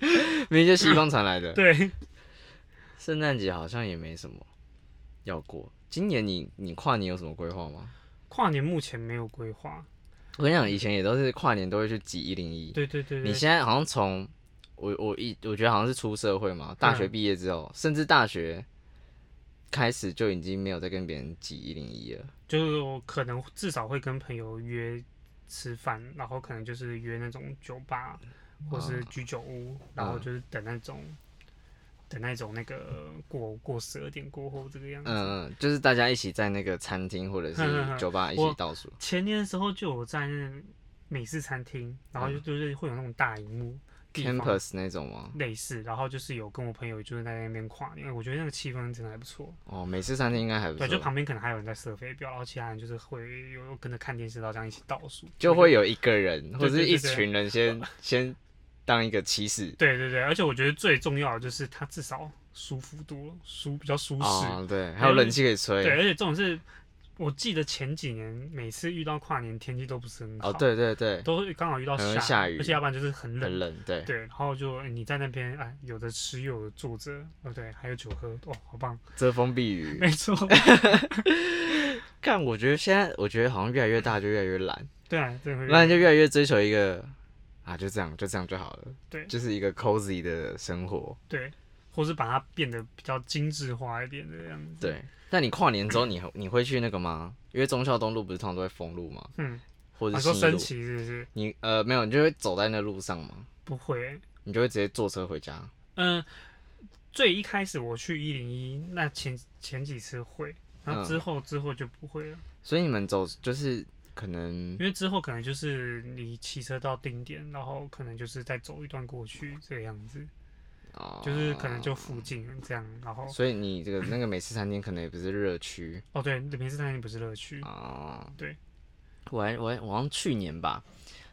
Speaker 2: 明明就西方传来的。
Speaker 1: 对，
Speaker 2: 圣诞节好像也没什么要过。今年你你跨年有什么规划吗？
Speaker 1: 跨年目前没有规划。
Speaker 2: 我跟你讲，以前也都是跨年都会去挤一零一。
Speaker 1: 对对对
Speaker 2: 你
Speaker 1: 对，
Speaker 2: 现在好像从我我一我觉得好像是出社会
Speaker 1: 嗯
Speaker 2: 嘛，大学毕业之后，甚至大学开始就已经没有再跟别人挤一零一了。
Speaker 1: 就是我可能至少会跟朋友约吃饭，然后可能就是约那种酒吧或是
Speaker 2: 啊
Speaker 1: 居酒屋，然
Speaker 2: 嗯
Speaker 1: 后就是等那种。等那种那个过过十二点过后这个样子，
Speaker 2: 嗯嗯，就是大家一起在那个餐厅或者
Speaker 1: 嗯嗯嗯
Speaker 2: 是酒吧一
Speaker 1: 我
Speaker 2: 起倒数。
Speaker 1: 前年的时候就有在那个美式餐厅，然后就就是会有那种大荧幕地方
Speaker 2: 嗯 campus 那种吗？
Speaker 1: 类似，然后就是有跟我朋友就是在那边跨年，我觉得那个气氛真的还不错。
Speaker 2: 哦，美式餐厅应该还不
Speaker 1: 对，就
Speaker 2: 错，
Speaker 1: 旁边可能还有人在射飞镖，然后其他人啊就是会有跟着看电视，然后这样一起倒数，
Speaker 2: 就会有一个人或
Speaker 1: 对对
Speaker 2: 者是
Speaker 1: 对
Speaker 2: 一
Speaker 1: 对
Speaker 2: 群人 先先当一个起始。
Speaker 1: 对对对，而且我觉得最重要的就是它至少舒服多了，舒比较舒适。
Speaker 2: 哦，对，还有冷气可以吹。哦
Speaker 1: 对，而且这种是，我记得前几年每次遇到跨年天气都不是很好，
Speaker 2: 哦，，对对对，
Speaker 1: 都会刚好遇到
Speaker 2: 可能会
Speaker 1: 下
Speaker 2: 下雨
Speaker 1: 而且要不然就是很冷。
Speaker 2: 很冷，对。
Speaker 1: 对，然后就哎你在那边哎，有的吃又有坐着，哦对，还有酒喝，哦好 棒，
Speaker 2: 遮风避雨。
Speaker 1: 没 错，
Speaker 2: 干，我觉得现在我觉得好像越来越大就越来越懒，
Speaker 1: 对啊，真的会
Speaker 2: 懒就越来越追求一个啊，就这样就这样就好了，
Speaker 1: 对
Speaker 2: 就是一个 cozy 的生活。
Speaker 1: 对，或是把它变得比较精致化一点这样子。
Speaker 2: 对，那你跨年之后你还你会去那个吗？因为忠孝东路不是通常都会封路吗？
Speaker 1: 嗯，
Speaker 2: 或者
Speaker 1: 你说
Speaker 2: 是新
Speaker 1: 升
Speaker 2: 路？
Speaker 1: 旗是不是？
Speaker 2: 你呃没有，你就会走在那路上吗？
Speaker 1: 不会，
Speaker 2: 你就会直接坐车回家？
Speaker 1: 嗯、最一开始我去一零一，那前前几次会，然后
Speaker 2: 嗯
Speaker 1: 之后、之后就不会了，
Speaker 2: 所以你们走就是可能
Speaker 1: 因为之后可能就是你骑车到定点，然后可能就是再走一段过去这个样子，
Speaker 2: 啊，
Speaker 1: 就是可能就附近这样，然后
Speaker 2: 所以你这个那个美式餐厅可能也不是热区
Speaker 1: 哦对，平时餐厅不是乐趣，
Speaker 2: 啊。
Speaker 1: 嗯对，
Speaker 2: 我还我还我好像去年吧，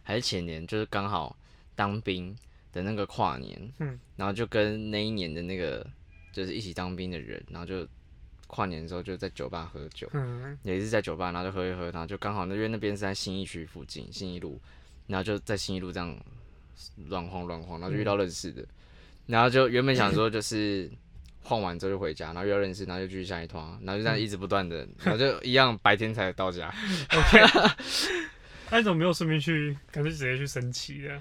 Speaker 2: 还是前年，就是刚好当兵的那个跨年，
Speaker 1: 嗯，
Speaker 2: 然后就跟那一年的那个就是一起当兵的人，然后就跨年的时候就在酒吧喝酒，
Speaker 1: 嗯，
Speaker 2: 也是在酒吧，然后就喝一喝，然后就刚好那因为那边是在新义区附近，新义路，然后就在新义路这样乱晃乱晃，然后就遇到认识的，然后就原本想说就是晃完之后就回家，然后遇到认识，然后就继续下一趟，然后就这样一直不断 的，然后就一样白天才到家。
Speaker 1: 那你怎么没有顺便去，干脆直接去升旗的？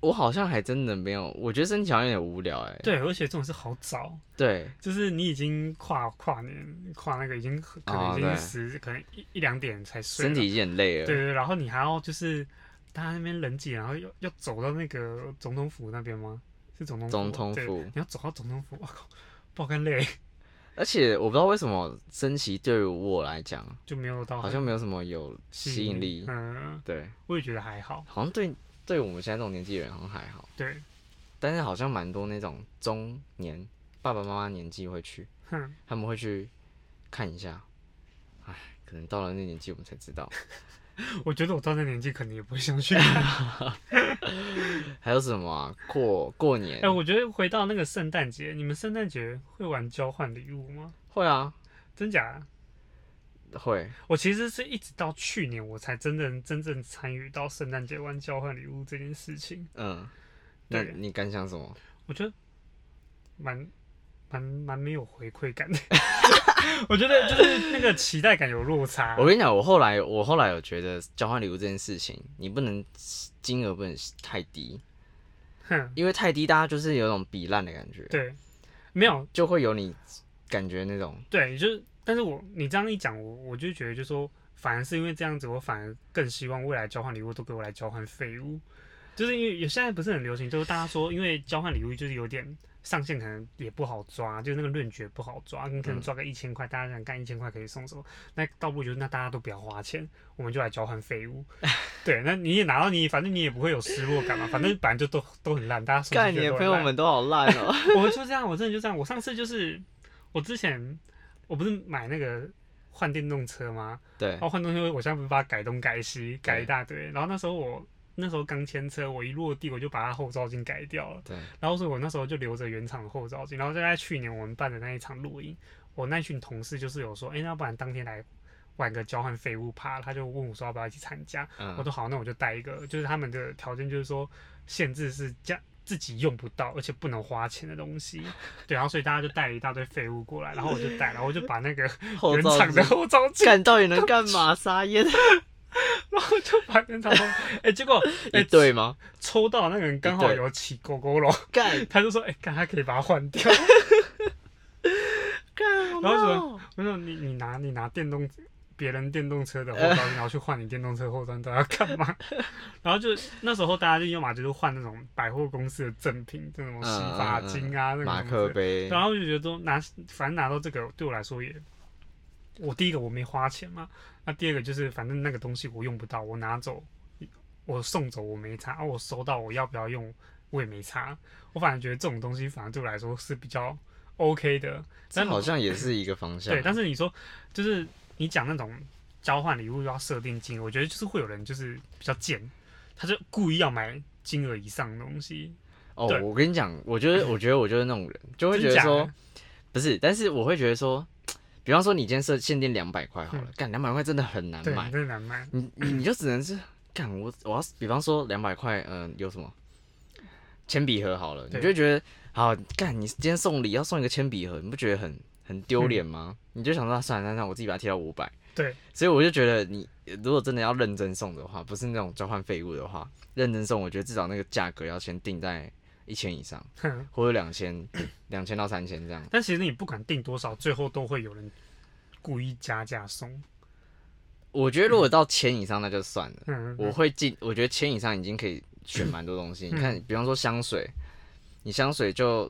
Speaker 2: 我好像还真的没有，我觉得升旗好像有点无聊哎、
Speaker 1: 对，而且这种是好早，
Speaker 2: 对啊
Speaker 1: 就是你已经跨跨年跨那个已经可
Speaker 2: 哦
Speaker 1: 能已
Speaker 2: 对
Speaker 1: 经十、可能一一两点才睡
Speaker 2: 身
Speaker 1: 了，
Speaker 2: 体已经很累
Speaker 1: 对
Speaker 2: 了。
Speaker 1: 对，对然后你还要就是他那边人挤，然后要要走到那个总统府那边吗？是总统府
Speaker 2: 总
Speaker 1: 吗
Speaker 2: 统
Speaker 1: 对
Speaker 2: 府
Speaker 1: 你要走到总统府，我靠，爆肝累，
Speaker 2: 而且我不知道为什么升旗对于我来讲
Speaker 1: 就没有到
Speaker 2: 好像没有什么有
Speaker 1: 很
Speaker 2: 吸引力，
Speaker 1: 嗯，
Speaker 2: 对，
Speaker 1: 我也觉得还好，
Speaker 2: 好像对对我们现在这种年纪的人好像还好，
Speaker 1: 对，
Speaker 2: 但是好像蛮多那种中年爸爸妈妈年纪会去，
Speaker 1: 哼，
Speaker 2: 他们会去看一下，哎，可能到了那年纪我们才知道
Speaker 1: 我觉得我到那年纪可能也不会想去。
Speaker 2: 还有什么啊，过过年
Speaker 1: 哎、我觉得回到那个圣诞节，你们圣诞节会玩交换礼物吗？
Speaker 2: 会啊
Speaker 1: 真假的？
Speaker 2: 会，
Speaker 1: 我其实是一直到去年我才真正真正参与到圣诞节玩交换礼物这件事情，
Speaker 2: 嗯，那
Speaker 1: 对
Speaker 2: 你感想什么？
Speaker 1: 我觉得蛮蛮蛮没有回馈感的。我觉得就是那个期待感有落差
Speaker 2: 我。跟你讲，我后来我后来有觉得交换礼物这件事情，你不能金额不能太低，
Speaker 1: 哼，
Speaker 2: 因为太低大家就是有种比烂的感觉，
Speaker 1: 对，没有
Speaker 2: 就会有你感觉那种
Speaker 1: 对，就是，但是我你这样一讲，我我就觉得，就是说，反而是因为这样子，我反而更希望未来交换礼物都给我来交换废物，就是因为有现在不是很流行，就是大家说，因为交换礼物就是有点上限，可能也不好抓，就是那个论决不好抓，你可
Speaker 2: 嗯
Speaker 1: 能抓个一千块，大家想干一千块可以送什么，那倒不如就是那大家都不要花钱，我们就来交换废 物，对，那你也拿到你，反正你也不会有失落感嘛，反正本来就都都很烂，大家送出
Speaker 2: 干
Speaker 1: 去
Speaker 2: 你
Speaker 1: 的都
Speaker 2: 的
Speaker 1: 很
Speaker 2: 朋友
Speaker 1: 烂
Speaker 2: 们都好烂哦、
Speaker 1: 我就这样，我真的就这样。我上次就是，我之前我不是买那个换电动车吗？
Speaker 2: 对
Speaker 1: 然，后换电动车，我现在不是把它改东改西，改一大堆。然后那时候我那时候刚签车，我一落地我就把它后照镜改掉了。
Speaker 2: 对，
Speaker 1: 然后所以我那时候就留着原厂的后照镜。然后就在去年我们办的那一场录音，我那群同事就是有说，哎、那要不然当天来玩个交换废物趴，他就问我说要不要一起参加。我
Speaker 2: 嗯，
Speaker 1: 说好，那我就带一个，就是他们的条件就是说限制是家自己用不到，而且不能花钱的东 西。对，然后所以大家就带了一大堆废物过来，然后我就带，然后我就把那 个
Speaker 2: 后
Speaker 1: 原
Speaker 2: 照
Speaker 1: 厂的
Speaker 2: 镜
Speaker 1: 后照镜，
Speaker 2: 干到底能干嘛？撒烟
Speaker 1: 然后就把原厂后，哎、结果哎、
Speaker 2: 一对吗？
Speaker 1: 抽到那个人刚好
Speaker 2: 对
Speaker 1: 有起勾勾龙，
Speaker 2: 干
Speaker 1: 他就说，哎、看他可以把它换掉。
Speaker 2: 干，
Speaker 1: 然后什
Speaker 2: 么？
Speaker 1: 我说你你拿你拿电动别人电动车的后照镜，
Speaker 2: 呃
Speaker 1: 然后去换你电动车后照镜，大家干 嘛？然后就那时候大家就要么就是换那种百货公司的赠品，这种洗发精啊，那种
Speaker 2: 嗯马克杯，
Speaker 1: 然后我就觉得说拿，反正拿到这个对我来说也，我第一个我没花钱嘛，那第二个就是反正那个东西我用不到，我拿走，我送走我没差，啊、我收到我要不要用我也没差，我反而觉得这种东西反而对我来说是比较 OK 的。
Speaker 2: 这
Speaker 1: 但
Speaker 2: 好像也是一个方向。
Speaker 1: 对，但是你说就是你讲那种交换礼物要设定金额，我觉得就是会有人就是比较贱，他就故意要买金额以上的东西，
Speaker 2: 哦
Speaker 1: 对，
Speaker 2: 我跟你讲，我觉得，我觉得我就是那种人，就会觉得
Speaker 1: 真假
Speaker 2: 说
Speaker 1: 的，
Speaker 2: 不是，但是我会觉得说，比方说你今天设限定两百块好了，
Speaker 1: 嗯
Speaker 2: 干两百块真的很难
Speaker 1: 对，
Speaker 2: 买，
Speaker 1: 真的难买。
Speaker 2: 你你你就只能是干我我要是比方说两百块，嗯、有什么铅笔盒好了，你
Speaker 1: 对
Speaker 2: 就会觉得好干，你今天送礼要送一个铅笔盒，你不觉得很很丢脸吗？你就想说啊算了算了，我自己把它贴到五百。
Speaker 1: 对，
Speaker 2: 所以我就觉得你如果真的要认真送的话，不是那种交换废物的话，认真送，我觉得至少那个价格要先定在一千以上，
Speaker 1: 哼
Speaker 2: 或者两千、两千到三千这样。
Speaker 1: 但其实你不管定多少，最后都会有人故意加价送。
Speaker 2: 我觉得如果到千以上那就算了。
Speaker 1: 嗯，
Speaker 2: 我会进，我觉得千以上已经可以选蛮多东西。你
Speaker 1: 嗯
Speaker 2: 看，比方说香水，你香水就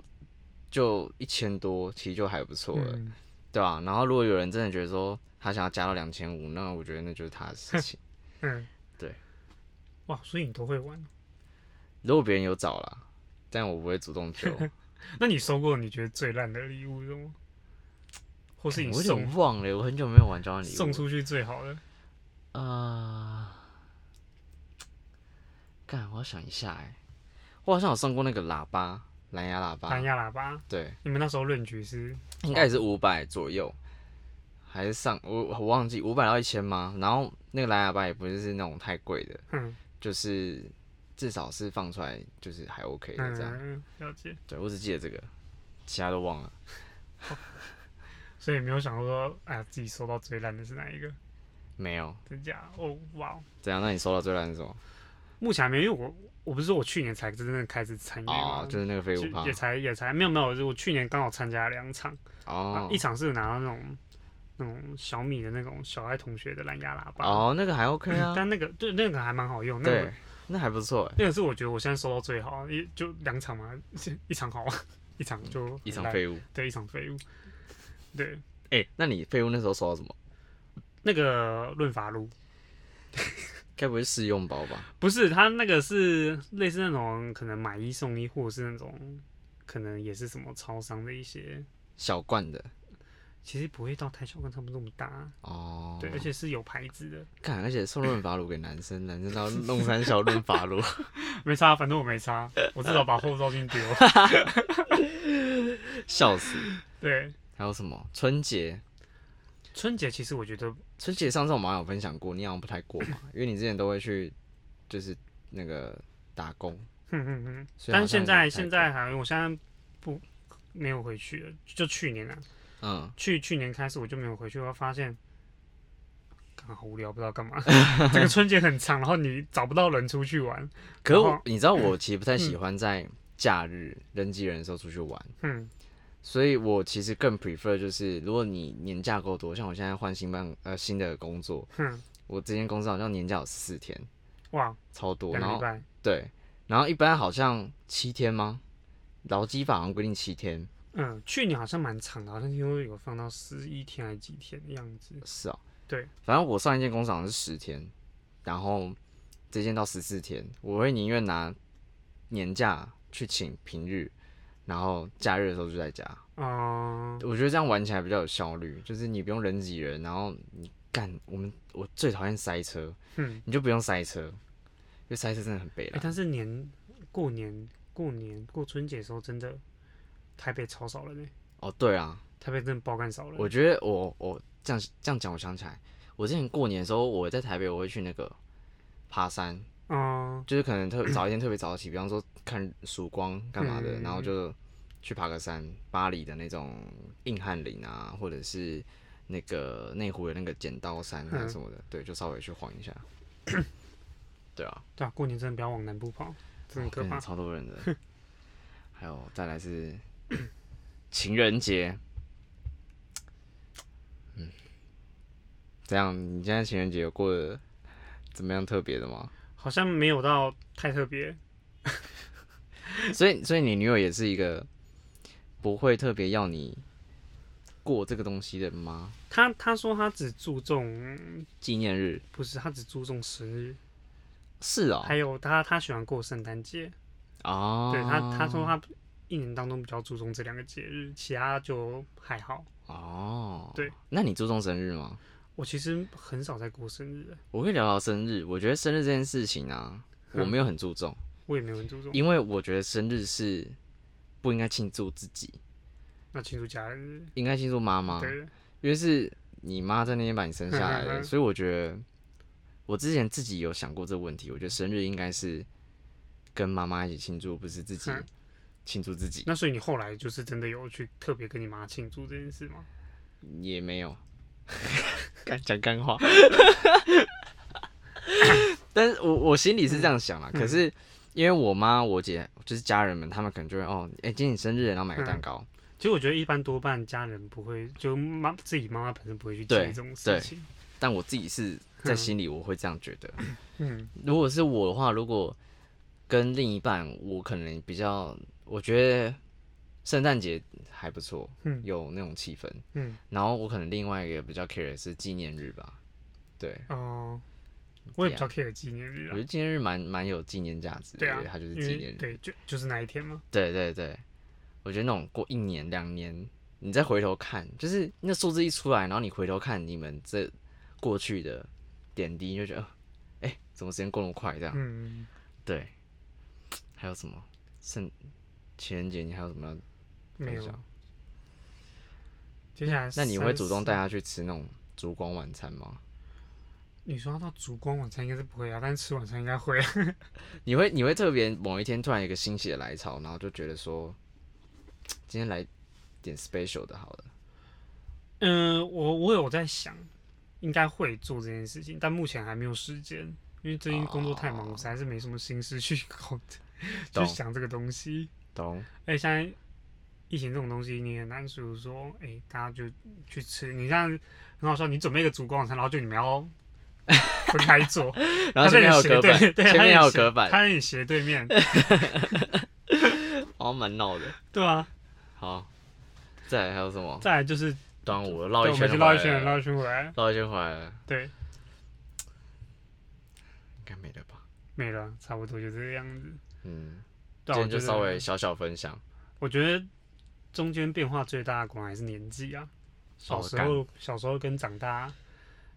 Speaker 2: 就一千多，其实就还不错了，
Speaker 1: 嗯
Speaker 2: 对吧、然后如果有人真的觉得说他想要加到两千五，那我觉得那就是他的 事情。
Speaker 1: 嗯，
Speaker 2: 对。
Speaker 1: 哇，所以你都会玩？
Speaker 2: 如果别人有找啦，但我不会 主动求。
Speaker 1: 那你收过你觉得最烂的礼物是什么？或是你
Speaker 2: 哎我有
Speaker 1: 送
Speaker 2: 点忘了，我很久没有玩交换礼物。
Speaker 1: 送出去最好的？
Speaker 2: 啊，干、我要想一下哎、我好像有送过那个喇叭，蓝牙喇叭
Speaker 1: 蓝，牙喇叭？
Speaker 2: 对，
Speaker 1: 你们那时候论局是
Speaker 2: 应该也是五百左右，还是上我我忘
Speaker 1: 嗯
Speaker 2: 记五百到一千吗？然后那个蓝牙喇叭也不是是那种太贵的，
Speaker 1: 哼
Speaker 2: 就是至少是放出来就是还 OK 的这样。
Speaker 1: 嗯，了解。
Speaker 2: 对我只记得这个，其他都忘了。
Speaker 1: 所以没有想过说，哎呀，自己收到最烂的是哪一个？
Speaker 2: 没有，
Speaker 1: 真假？哦，哇哦，
Speaker 2: 怎样？那你收到最烂是什么？
Speaker 1: 目前还没有，因为我我不是说我去年才真正开始参与嘛
Speaker 2: 哦，，就是那个飞
Speaker 1: 啊就
Speaker 2: 舞趴
Speaker 1: 也。才也才没有没有，就是我去年刚好参加了两场，啊
Speaker 2: 哦
Speaker 1: 一场是拿到那种那种小米的那种小爱同学的蓝牙喇叭，
Speaker 2: 哦，那个还 OK 啊，
Speaker 1: 但那个对那个还蛮好用，那
Speaker 2: 对
Speaker 1: 个，
Speaker 2: 那还不错哎。
Speaker 1: 那个是我觉得我现在收到最好，一就两场嘛，一场好，啊 一场就很
Speaker 2: 一场
Speaker 1: 烂
Speaker 2: 废物，
Speaker 1: 对一场废物，对
Speaker 2: 哎，那你废物那时候收到什么？
Speaker 1: 那个润发露。
Speaker 2: 该不会是试用包吧？
Speaker 1: 不是，它那个是类似那种可能买一送一，或者是那种可能也是什么超商的一些，
Speaker 2: 小罐的
Speaker 1: 其实不会到太小，跟他们那么大，
Speaker 2: 哦。
Speaker 1: 对，而且是有牌子的，
Speaker 2: 干，而且送润发乳给男生，男生都要弄三小润发乳。
Speaker 1: 没差，反正我没 差，我至少把后照镜丢。
Speaker 2: 笑死。
Speaker 1: 对，
Speaker 2: 还有什么春节？
Speaker 1: 春节其实我觉得
Speaker 2: 春节上次我们好像有分享过，你好像不太过嘛，因为你之前都会去就是那个打工。
Speaker 1: 哼哼哼，
Speaker 2: 所以
Speaker 1: 但
Speaker 2: 好像
Speaker 1: 是现
Speaker 2: 也
Speaker 1: 在
Speaker 2: 不太
Speaker 1: 现在还，我现在不没有回去了，就去年啊，
Speaker 2: 嗯，
Speaker 1: 去去年开始我就没有回去，我发现，刚好无聊，不知道 干嘛，整个春节很长，然后你找不到人出去玩，
Speaker 2: 可是
Speaker 1: 然
Speaker 2: 我
Speaker 1: 后
Speaker 2: 你知道我其实不太喜欢在假日人挤人的时候出去玩，
Speaker 1: 嗯
Speaker 2: 所以我其实更 prefer 就是如果你年假够多，像我现在换新办呃新的工作，
Speaker 1: 哼，
Speaker 2: 我之前公司好像年假有四天，
Speaker 1: 哇，
Speaker 2: 超多，
Speaker 1: 两
Speaker 2: 然
Speaker 1: 个礼
Speaker 2: 后
Speaker 1: 拜，
Speaker 2: 对，然后一般好像七天吗？劳基法好像规定七天，
Speaker 1: 嗯，去年好像蛮长的，好像听说有放到十一天还是几天的样子。
Speaker 2: 是哦。
Speaker 1: 对，
Speaker 2: 反正我上一间工厂是十天，然后这间到十四天，我会宁愿拿年假去请平日，然后假日的时候就在家。
Speaker 1: 嗯、
Speaker 2: 我觉得这样玩起来比较有效率，就是你不用人挤人，然后你干我们我最讨厌塞车，
Speaker 1: 嗯，
Speaker 2: 你就不用塞车，因为塞车真的很悲
Speaker 1: 哎、
Speaker 2: 了。
Speaker 1: 但是年过年过年过春节的时候，真的台北超少人呢、欸
Speaker 2: 哦，对啊，
Speaker 1: 台北真的爆干少人。
Speaker 2: 我觉得我我这样这样讲，我想起来，我之前过年的时候，我在台北，我会去那个爬山，
Speaker 1: 嗯
Speaker 2: 就是可 能特早一天特别早起，比方说看曙光干嘛的，
Speaker 1: 嗯
Speaker 2: 然后就去爬个山，巴黎的那种硬汉林啊，或者是那个内湖的那个剪刀山啊
Speaker 1: 嗯
Speaker 2: 什么的，对，就稍微去晃一下。 对啊，
Speaker 1: 对啊，过年真的不要往南部跑，真的很可
Speaker 2: 哦真的
Speaker 1: 怕。
Speaker 2: 超多 人的。还有再来是 情人节，嗯，怎样？你现在情人节有过得怎么样特别的吗？
Speaker 1: 好像没有到太特别，
Speaker 2: 所以，所以你女友也是一个不会特别要你过这个东西的吗？
Speaker 1: 他他说他只注重
Speaker 2: 纪念日
Speaker 1: 不是，他只注重生日，
Speaker 2: 是哦，
Speaker 1: 还有他他喜欢过圣诞节。
Speaker 2: 哦，
Speaker 1: 对他他说他一年当中比较注重这两个节日，其他就还好。
Speaker 2: 哦，
Speaker 1: 对，
Speaker 2: 那你注重生日吗？
Speaker 1: 我其实很少在过生日，
Speaker 2: 我会聊聊生日，我觉得生日这件事情啊，
Speaker 1: 嗯
Speaker 2: 我没有很注重，
Speaker 1: 我也没有很注重。
Speaker 2: 因为我觉得生日是不应该庆祝自己，
Speaker 1: 那庆祝假日，
Speaker 2: 应该庆祝妈妈，
Speaker 1: 对，
Speaker 2: 因为是你妈在那天把你生下来
Speaker 1: 嗯嗯
Speaker 2: 的，
Speaker 1: 嗯
Speaker 2: 所以我觉得我之前自己有想过这个问题，我觉得生日应该是跟妈妈一起庆祝，不是自己
Speaker 1: 嗯
Speaker 2: 庆祝自己，
Speaker 1: 那所以你后来就是真的有去特别跟你妈庆祝这件事吗？
Speaker 2: 也 没有干讲干话，但是我我心里是这样想啦，
Speaker 1: 嗯
Speaker 2: 可是因为我妈、我姐就是家人们，他们可能就会哦，哎、今天你生日，然后买个蛋糕，
Speaker 1: 其实我觉得一般多半家人不会，就妈自己妈妈本身不会去
Speaker 2: 对
Speaker 1: 介意这种事
Speaker 2: 对
Speaker 1: 情。
Speaker 2: 但我自己是在
Speaker 1: 嗯
Speaker 2: 心里我会这样觉得，
Speaker 1: 嗯
Speaker 2: 如果是我的话，如果跟另一半，我可能比较，我觉得圣诞节还不错，
Speaker 1: 嗯
Speaker 2: 有那种气氛。
Speaker 1: 嗯
Speaker 2: 然后我可能另外一个比较 care 的是纪念日吧，对，
Speaker 1: 哦、我也比较 care 纪念日
Speaker 2: 我
Speaker 1: 啊
Speaker 2: 觉。得纪念日蛮蛮有纪念价值的，
Speaker 1: 对啊
Speaker 2: 因为它就是
Speaker 1: 因
Speaker 2: 纪
Speaker 1: 为
Speaker 2: 念日。
Speaker 1: 对，就就是那一天嘛。
Speaker 2: 对对对，我觉得那种过一年两年，你再回头看，就是那数字一出来，然后你回头看你们这过去的点滴，你就觉得，哎、诶怎么时间过那么快这样？
Speaker 1: 嗯，
Speaker 2: 对，还有什么圣情人节？你还有什么要
Speaker 1: 没
Speaker 2: 分
Speaker 1: 有
Speaker 2: 享？。
Speaker 1: 接下来，
Speaker 2: 那你会主动带？他去吃那种烛光晚餐吗？
Speaker 1: 你说要到烛光晚餐应该是不会啊，但是吃晚餐应该会啊。
Speaker 2: 你会你会特别某一天突然有一个心血来潮，然后就觉得说，今天来点 special 的好了。
Speaker 1: 嗯、我我有在想，应该会做这件事情，但目前还没有时间，因为最近工作太忙，我实在是没什么心思去 搞，
Speaker 2: 哦懂
Speaker 1: 去想这个东西。
Speaker 2: 懂？
Speaker 1: 哎，现在疫情这种东西，你很难说说，哎、大家就去吃。你像很好笑，你准备一个烛光晚餐，然后就你们 要分开坐，
Speaker 2: 然
Speaker 1: 他
Speaker 2: 后
Speaker 1: 在
Speaker 2: 前面还有
Speaker 1: 你
Speaker 2: 隔
Speaker 1: 斜
Speaker 2: 板，
Speaker 1: 对对，
Speaker 2: 前
Speaker 1: 他在
Speaker 2: 面还
Speaker 1: 你
Speaker 2: 有
Speaker 1: 斜
Speaker 2: 隔板，
Speaker 1: 他在你斜对 面，
Speaker 2: 哦，蛮闹的。
Speaker 1: 对啊。
Speaker 2: 好，再来还有什么？
Speaker 1: 再来就是，
Speaker 2: 端午了
Speaker 1: 对
Speaker 2: 绕
Speaker 1: 我
Speaker 2: 一圈
Speaker 1: 们
Speaker 2: 就
Speaker 1: 去
Speaker 2: 回
Speaker 1: 绕
Speaker 2: 来
Speaker 1: 一圈，
Speaker 2: 了，
Speaker 1: 绕一圈回来，
Speaker 2: 绕一圈回来了，
Speaker 1: 对，
Speaker 2: 应该没了吧？
Speaker 1: 没了，差不多就这个样子。
Speaker 2: 嗯，今
Speaker 1: 对啊，我
Speaker 2: 天
Speaker 1: 觉
Speaker 2: 就稍微
Speaker 1: 得，
Speaker 2: 小小分享。
Speaker 1: 我觉得中间变化最大的果然还是年纪啊。小
Speaker 2: 哦
Speaker 1: 时
Speaker 2: 干
Speaker 1: 候，小时候跟长大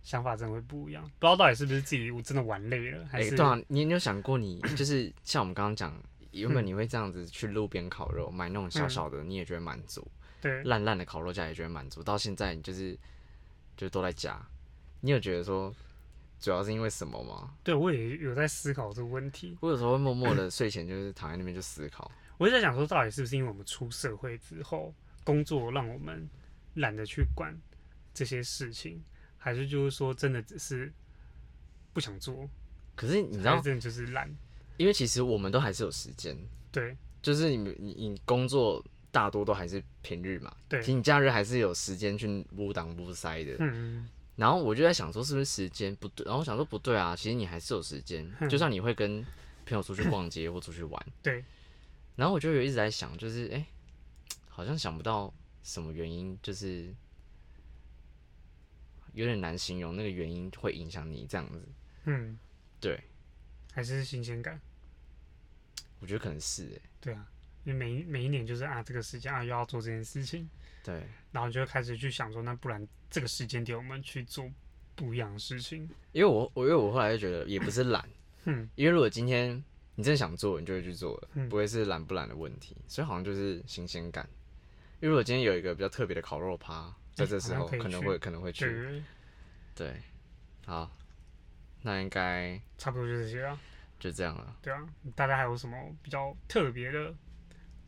Speaker 1: 想法真的会不一样，不知道到底是不是自己真的玩累了，还
Speaker 2: 哎、
Speaker 1: 是
Speaker 2: 对啊，你你有想过你就是像我们刚刚讲，原本你会这样子去路边烤肉，买那种小
Speaker 1: 嗯
Speaker 2: 小的，你也觉得满足，
Speaker 1: 对
Speaker 2: 烂烂的烤肉架也觉得满足，到现在你就是就都在家，你有觉得说主要是因为什么吗？
Speaker 1: 对，我也有在思考这个问题。
Speaker 2: 我有时候会默默 的睡前就是躺在那边就思考，
Speaker 1: 我一直在想说，到底是不是因为我们出社会之后，工作让我们懒得去管这些事情，还是就是说真的只是不想做，
Speaker 2: 可是你
Speaker 1: 还
Speaker 2: 知
Speaker 1: 是
Speaker 2: 道，
Speaker 1: 真的就是懒？
Speaker 2: 因为其实我们都还是有时间，
Speaker 1: 对
Speaker 2: 就是你你你工作大多都还是平日嘛，
Speaker 1: 对
Speaker 2: 其实你假日还是有时间去不挡不塞的，
Speaker 1: 嗯，
Speaker 2: 然后我就在想说，是不是时间不对？然后我想说不对啊，其实你还是有时间，
Speaker 1: 哼
Speaker 2: 就像你会跟朋友出去逛街或出去玩。
Speaker 1: 对。
Speaker 2: 然后我就有一直在想，就是哎、诶好像想不到什么原因，就是有点难形容那个原因会影响你这样子。
Speaker 1: 嗯，
Speaker 2: 对，
Speaker 1: 还是新鲜感。
Speaker 2: 我觉得可能是哎、诶
Speaker 1: 对啊，因为每一每一年就是啊，这个时间啊又要做这件事情，
Speaker 2: 对，
Speaker 1: 然后就会开始去想说，那不然这个时间点我们去做不一样的事情。
Speaker 2: 因为我我因为我后来就觉得也不是懒，
Speaker 1: 嗯，
Speaker 2: 因为如果今天你真的想做，你就会去做了，
Speaker 1: 嗯
Speaker 2: 不会是懒不懒的问题。所以好像就是新鲜感。因为如果今天有一个比较特别的烤肉趴，在这时
Speaker 1: 哎好
Speaker 2: 候
Speaker 1: 像可以
Speaker 2: 可能
Speaker 1: 去
Speaker 2: 会可能会去。
Speaker 1: 对，
Speaker 2: 对，好，那应该
Speaker 1: 差不多就这些啊。
Speaker 2: 就这样了。
Speaker 1: 对啊，大家还有什么比较特别的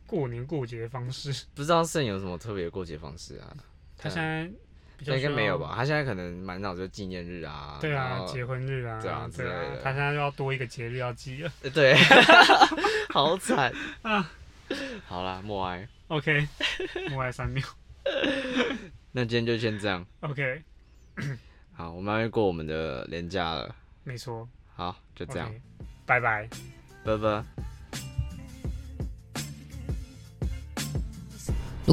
Speaker 1: 过年过节方式？
Speaker 2: 不知道盛有什么特别的过节方式啊？
Speaker 1: 他
Speaker 2: 对
Speaker 1: 现
Speaker 2: 啊
Speaker 1: 在比较
Speaker 2: 那应该
Speaker 1: 需要
Speaker 2: 没有？吧？他现在可能满脑子就纪念日啊，
Speaker 1: 对
Speaker 2: 然
Speaker 1: 啊，
Speaker 2: 后
Speaker 1: 结婚日啊，
Speaker 2: 对啊之
Speaker 1: 对
Speaker 2: 类
Speaker 1: 啊
Speaker 2: 的，
Speaker 1: 他现在又要多一个节日要记了。
Speaker 2: 呃对， 好惨
Speaker 1: 啊。
Speaker 2: 好啦，默哀，
Speaker 1: OK，我还三秒。
Speaker 2: 那今天就先这样。
Speaker 1: OK，
Speaker 2: 好，我们要过我们的年假了。
Speaker 1: 没错，
Speaker 2: 好，就这样
Speaker 1: OK，，拜拜。
Speaker 2: 拜拜。
Speaker 3: 如